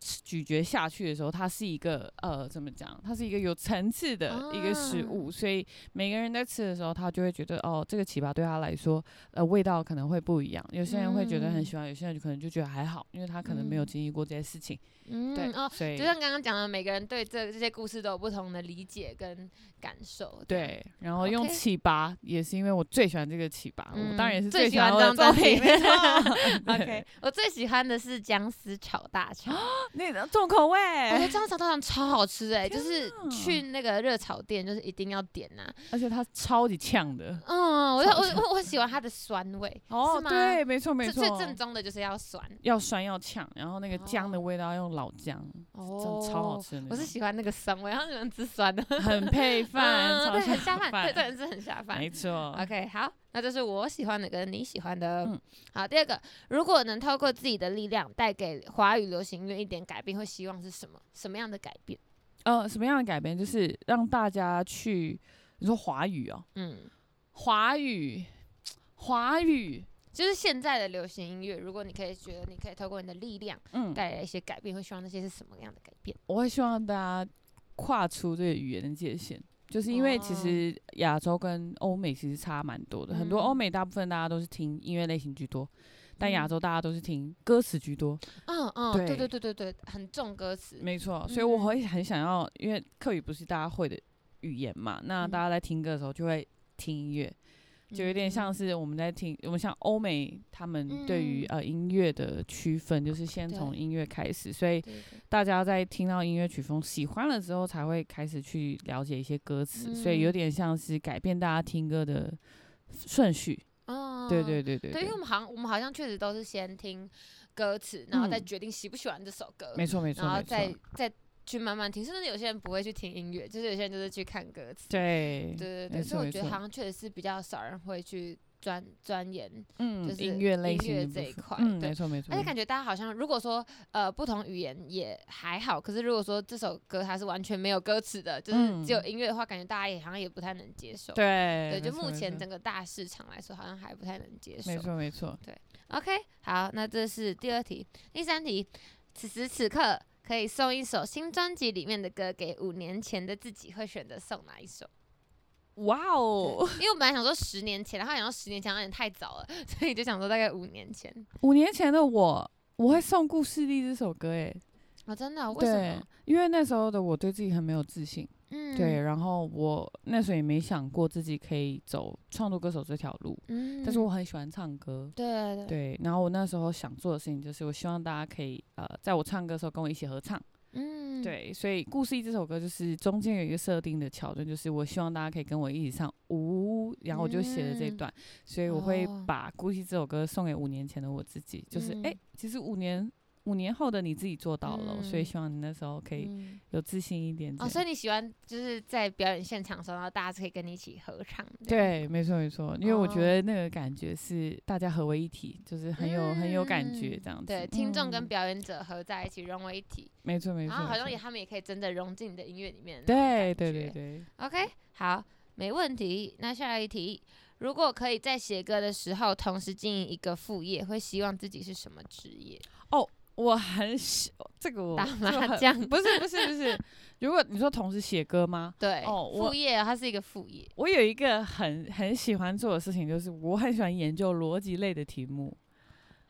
B: 吃咀嚼下去的时候，它是一个呃怎么讲？它是一个有层次的一个食
A: 啊
B: 物，所以每个人在吃的时候，他就会觉得哦，这个糍粑对他来说，呃，味道可能会不一样。有些人会觉得很喜欢，有些人可能就觉得还好，因为他可能没有
A: 嗯
B: 经历过这些事情。
A: 嗯，
B: 对，
A: 哦，
B: 所以
A: 就像刚刚讲的，每个人对这这些故事都有不同的理解跟感受。这样，
B: 对，然后用
A: OK
B: 糍粑也是因为我最喜欢这个糍粑，我当然也
A: 嗯
B: 是
A: 最喜
B: 喜
A: 欢
B: 欢
A: 这
B: 我的
A: 张专
B: 作
A: 辑。
B: 品。
A: 没
B: 没
A: 错
B: 错
A: OK，我最喜欢的是姜丝炒 大肠，
B: 那个重口味，
A: 我觉得姜丝炒大肠超好吃哎，就是
B: 哪
A: 去那个热炒店就是一定要点 呐。
B: 而且它超级呛 的。
A: 嗯，我就
B: 炒
A: 我我我喜欢它的酸味，是
B: 哦，
A: 吗
B: 对，没错没
A: 最
B: 错
A: 最，正宗的就是要酸
B: 要酸要呛，然后那个姜的
A: 哦
B: 味道用老姜，真
A: 哦
B: 的超好。吃的那
A: 我
B: 种。
A: 是喜欢那个酸味，然后你们吃酸的，
B: 很配 饭，
A: 嗯
B: 超
A: 对，很啊
B: 像
A: 下饭，对，真的是很下饭。
B: 没错。
A: OK，好，那这是我喜欢的跟你喜欢的。
B: 嗯
A: 好，第二个，如果能透过自己的力量带给华语流行乐一点改变，会希望是什么？什么样的改变？
B: 呃，什么样的改编？就是让大家去，你说华语哦，
A: 嗯，
B: 华语，华语，
A: 就是现在的流行音乐，如果你可以觉得你可以透过你的力量
B: 嗯，
A: 带来一些改变，会希望那些是什么样的改变？
B: 我会希望大家跨出这个语言的界限，就是因为其
A: 哦
B: 实亚洲跟欧美其实差蛮多的，很多
A: 嗯
B: 欧美大部分大家都是听音乐类型居多，但亚
A: 嗯
B: 洲大家都是听歌词居多，
A: 嗯嗯，对对
B: 对
A: 对对对，很重歌词，
B: 没错，所以我
A: 嗯
B: 会很想要，因为课语不是大家会的语言嘛，那
A: 嗯
B: 大家在听歌的时候就会听音乐，就有点像
A: 嗯
B: 是我们在听，我们像欧美他们对于、
A: 嗯
B: 呃音乐的区分，就是先
A: 对
B: 从音乐开始，所以
A: 对对
B: 大家在听到音乐曲风喜欢了之后，才会开始去了解一些歌词，所以有
A: 嗯
B: 点像是改变大家听歌的顺序。
A: 嗯，
B: 对对对对
A: 对，因为我们好像我们好像确实都是先听歌词，然后再
B: 嗯
A: 决定喜不喜欢这首歌，
B: 没错没错
A: 然后
B: 没
A: 再
B: 错，
A: 再去慢慢听。甚至有些人不会去听音乐，就是有些人就是去看歌词。
B: 对
A: 对对
B: 没
A: 对，
B: 错
A: 所以我
B: 没
A: 觉得
B: 错
A: 好像确实是比较少人会去钻钻研，
B: 嗯，
A: 就是
B: 音乐类
A: 音
B: 型
A: 乐
B: 的部
A: 这一
B: 分
A: 块
B: 嗯，
A: 对
B: 没错没错，
A: 而且感觉大家好像如果说呃不同语言也还好，可是如果说这首歌它是完全没有歌词的，就是只有
B: 嗯
A: 音乐的话，感觉大家也好像也不太能接受。
B: 对
A: 对，就
B: 没错
A: 目
B: 没
A: 前
B: 错
A: 整个大市场来说，好像还不太能接受。
B: 没错没错，
A: OK，好，那这是第二题，第三题，此时此刻可以送一首新专辑里面的歌给五年前的自己，会选择送哪一首？
B: 哇哦，
A: 因为我本来想说十年前，然后想说十年前好像有点太早了， 所以就想说大概五年前。
B: 五年前的我，我会送《故事力》这首歌诶，
A: 哦，真的哦、为什
B: 对
A: 么？，
B: 因为那时候的我对自己很没有自信，
A: 嗯，
B: 对，，然后我那时候也没想过自己可以走创作歌手这条路，
A: 嗯，
B: 但是我很喜欢唱歌。
A: 对对，
B: 对，然后我那时候想做的事情就是，我希望大家可以呃，在我唱歌的时候跟我一起合唱。
A: 嗯，
B: 对，所以《故事一》这首歌就是中间有一个设定的桥段，就是我希望大家可以跟我一起唱呜，然后我就写了这一
A: 嗯
B: 段，所以我会
A: 哦
B: 把《故事》这首歌送给五年前的我自己，就是哎、
A: 嗯
B: 其实五年五年后的你自己做到了，所以
A: 嗯
B: 希望你那时候可以
A: 嗯
B: 有自信一点点。
A: 哦，所以你喜欢就是在表演现场的时候，然后大家是可以跟你一起合唱的。
B: 对，没错没错，因为我觉
A: 哦
B: 得那个感觉是大家合为一体，就是很有、很有感觉
A: 嗯
B: 这样子。
A: 对，听众跟
B: 嗯
A: 表演者合在一起融为一体，
B: 没错没错，
A: 然后啊好
B: 没
A: 像
B: 错
A: 也他们也可以真的融进你的音乐里面。
B: 对对对。对，
A: OK，好，没问题。那下一题，如果可以在写歌的时候同时经营一个副业，会希望自己是什么职业？
B: 我很喜这个我
A: 打
B: 这个
A: 麻
B: 很
A: 将
B: 不是不是不是，如果你说同时写歌吗？
A: 对，
B: 哦我
A: 副业它是一个副业。
B: 我有一个很很喜欢做的事情，就是我很喜欢研究逻辑类的题目，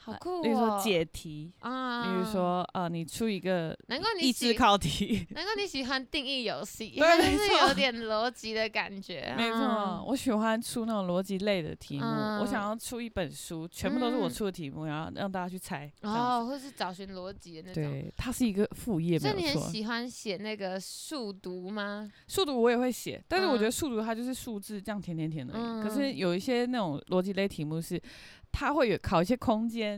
A: 好
B: 呃
A: 酷哦！
B: 例如说解题，
A: 啊，
B: 例如，说呃你出一个
A: 难怪你
B: 益智
A: 喜，
B: 考 题，
A: 难怪你喜欢定义游戏，
B: 对
A: 它 就
B: 没
A: 是
B: 错
A: 有点逻辑的感觉。
B: 没错，
A: 嗯，
B: 我喜欢出那种逻辑类的题目，我想
A: 嗯
B: 要出一本书，全部都是我
A: 嗯
B: 出的题目，然后让大家去猜。这样
A: 哦，或是找寻逻辑的那
B: 子，
A: 种。
B: 对，它是一个副业，
A: 所
B: 没
A: 以你
B: 有
A: 很
B: 错。
A: 喜欢写那个数独吗？
B: 数独我也会写，但是我觉
A: 嗯
B: 得数独它就是数字这样填填填而已。可
A: 嗯
B: 是有一些那种逻辑类题目是，它会有考一些空间。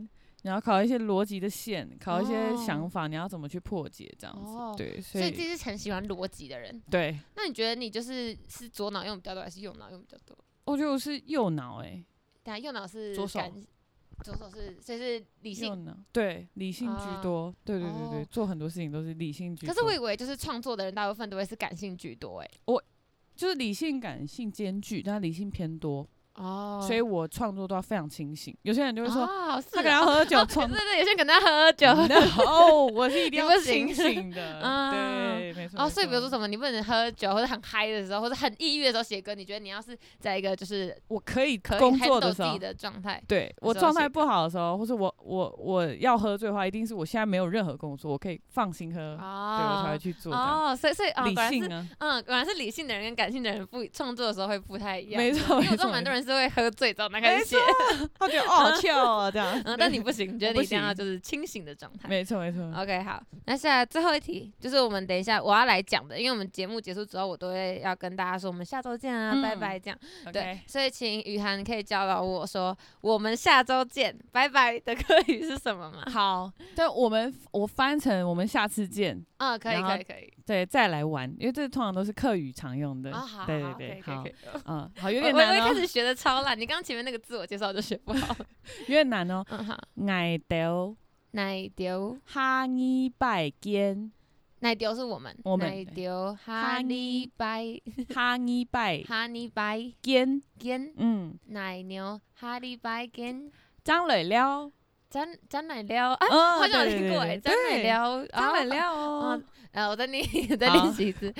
B: 然后考一些逻辑的线，考一些
A: 哦
B: 想法，你要怎么去破解这样子？
A: 哦
B: 对，所
A: 所
B: 以
A: 以自己是很喜欢逻辑的人。
B: 对，
A: 那你觉得你就是是左脑用比较多，还是右脑用比较多？
B: 我觉得我是右脑哎、
A: 但右脑是
B: 左手
A: 感，左手是所以是理
B: 右
A: 性。
B: 脑对理性居
A: 啊
B: 多，对对对对，
A: 哦
B: 做很多事情都是理性居
A: 可
B: 多。
A: 是我以为就是创作的人大部分都会是感性居多哎、
B: 就是理性感性兼具，但理性偏多，
A: 哦
B: 所以我创作都要非常清醒。有些人就会说、
A: 哦，
B: 他
A: 是
B: 可能要
A: 哦
B: 喝酒
A: 对
B: 创
A: 对对，有些人可能要
B: 嗯
A: 喝酒。
B: ，no，我是一定
A: 你
B: 要
A: 不行
B: 清醒的，
A: 啊
B: 对，没错。
A: 哦，
B: 没
A: 所以比如说
B: 错，
A: 什么，你不能喝酒或者很嗨的时候，或者很抑郁的时候写歌，你觉得你要是在一个就是
B: 我可以
A: 可以
B: 工作
A: handle
B: 的时
A: 自己
B: 候。
A: 的状态，
B: 对我
A: 时候
B: 状态
A: 写
B: 不好的时候，或是我我我要喝醉的话，一定是我现在没有任何工作，我可以放心喝，嗯对我才
A: 哦
B: 会去做这样。
A: 哦，所以所以哦，
B: 理
A: 果然
B: 性
A: 是
B: 啊，
A: 嗯，果然是理性的人跟感性的人不创作的时候会不太一样，
B: 没错
A: 因为
B: 没
A: 我知道
B: 错
A: 蛮
B: 没
A: 多人是会喝醉之后才开始
B: 没
A: 写，
B: 他觉得 哦好笑啊这样。
A: 嗯，但你不哦行，你觉得
B: 我不
A: 你一定要
B: 行
A: 就是清醒的状 态。
B: 没错没错，
A: OK，好，那现在最后一题就是我们等一下我要来讲的，因为我们节目结束之后，我都会要跟大家说我们下周见啊，拜
B: 嗯
A: 拜这样。对
B: OK，，
A: 所以请雨涵可以教导我说我们下周见，拜拜的课语是什么吗？
B: 好，但我们我翻成我们下次见，
A: 嗯，可以
B: 然
A: 可
B: 后
A: 以可以，
B: 对，再来玩，因为这通常都是课语常用的。
A: 啊好，
B: 对
A: 好
B: 对对，
A: 可以
B: 好
A: 可以，可以。
B: 嗯，好，有
A: 我
B: 点
A: 我一
B: 难
A: 开
B: 哦，
A: 始学的超烂，你刚刚前面那个自我介绍就学不 好。
B: 有点难哦。
A: 嗯好，
B: 矮掉
A: 奶丢
B: 哈尼拜肩，
A: 奶丢是我们，
B: 我们
A: 奶丢哈尼
B: Honey
A: 拜
B: 哈尼拜
A: 哈尼拜
B: 坚，
A: 根
B: 嗯，
A: 奶牛哈尼拜根
B: 张磊撩，
A: 沾沾奶料 啊，
B: 嗯
A: 好像有
B: 对
A: 听
B: 对
A: 过
B: 对
A: 哎，沾奶
B: 对
A: 料，
B: 张磊
A: 哦
B: 撩哦
A: 嗯，，呃，我再 念，我再
B: 好
A: 练习一次。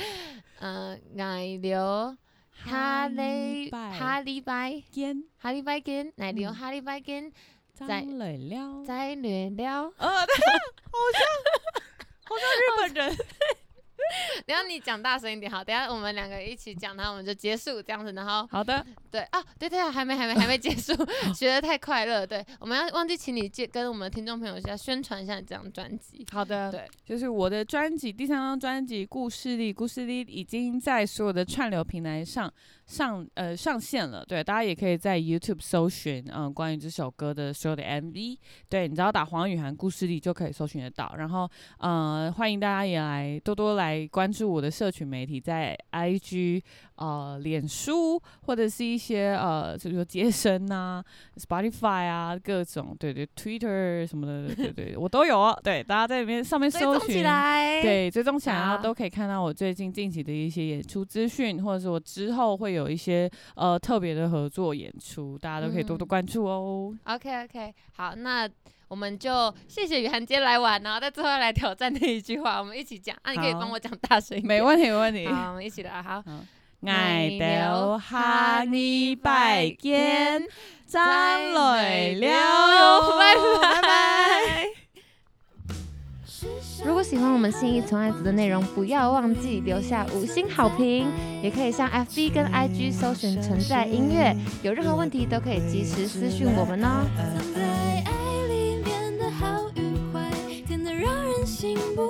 A: 嗯，奶牛哈利
B: 拜
A: 哈利拜
B: 坚，
A: 哈利拜根奶牛
B: 嗯
A: 哈利拜根在
B: 张磊撩，
A: 在虐 了。
B: 呃，对，好像好像日本人，
A: 然后你讲大声一点，好，等一下我们两个一起讲，然后我们就结束这样子。然后
B: 好的，
A: 对啊，对对啊，还没还没还没结 束，学的太快乐。对，我们要忘记请你介跟我们的听众朋友要宣传一下你这张专辑。
B: 好的，
A: 对，
B: 就是我的专辑第三张专辑《故事力》，《故事力》已经在所有的串流平台上上呃上线了。对，大家也可以在 YouTube 搜寻嗯、呃关于这首歌的所有的 MV。对，你只要打黄雨涵《故事力》就可以搜寻得到。然后呃，欢迎大家也来多多来关注我的社群媒体，在 IG 呃、脸书或者是一些呃，就是说接生呐、Spotify 啊，各种对对，Twitter 什么的，对对，对我都有哦。对，大家在里面上面
A: 追
B: 搜
A: 踪
B: 寻
A: 起，来。，
B: 对，追踪起来，然后
A: 好
B: 都可以看到我最近近期的一些演出资讯，或者是我之后会有一些呃特别的合作演出，大家都可以多多
A: 嗯
B: 关注哦。
A: OK OK，好，那我们就谢谢雨涵今天来玩，然后在最后来挑战那一句话，我们一起讲。啊，你可以
B: 好
A: 帮我讲大声一点。
B: 没问题，没问题。
A: 好，我们一起来。好，
B: 爱到哈尼拜
A: 拜
B: 见
A: 见，
B: 张磊了哟，
A: 拜拜
B: 拜拜。
A: 如果喜欢我们信义纯爱子的内容，不要忘记留下五星好评，也可以上 FB 跟 IG 搜寻“存在音乐”，有任何问题都可以及时私讯我们哦。
C: 藏在爱里面的好与坏，甜得让人醒不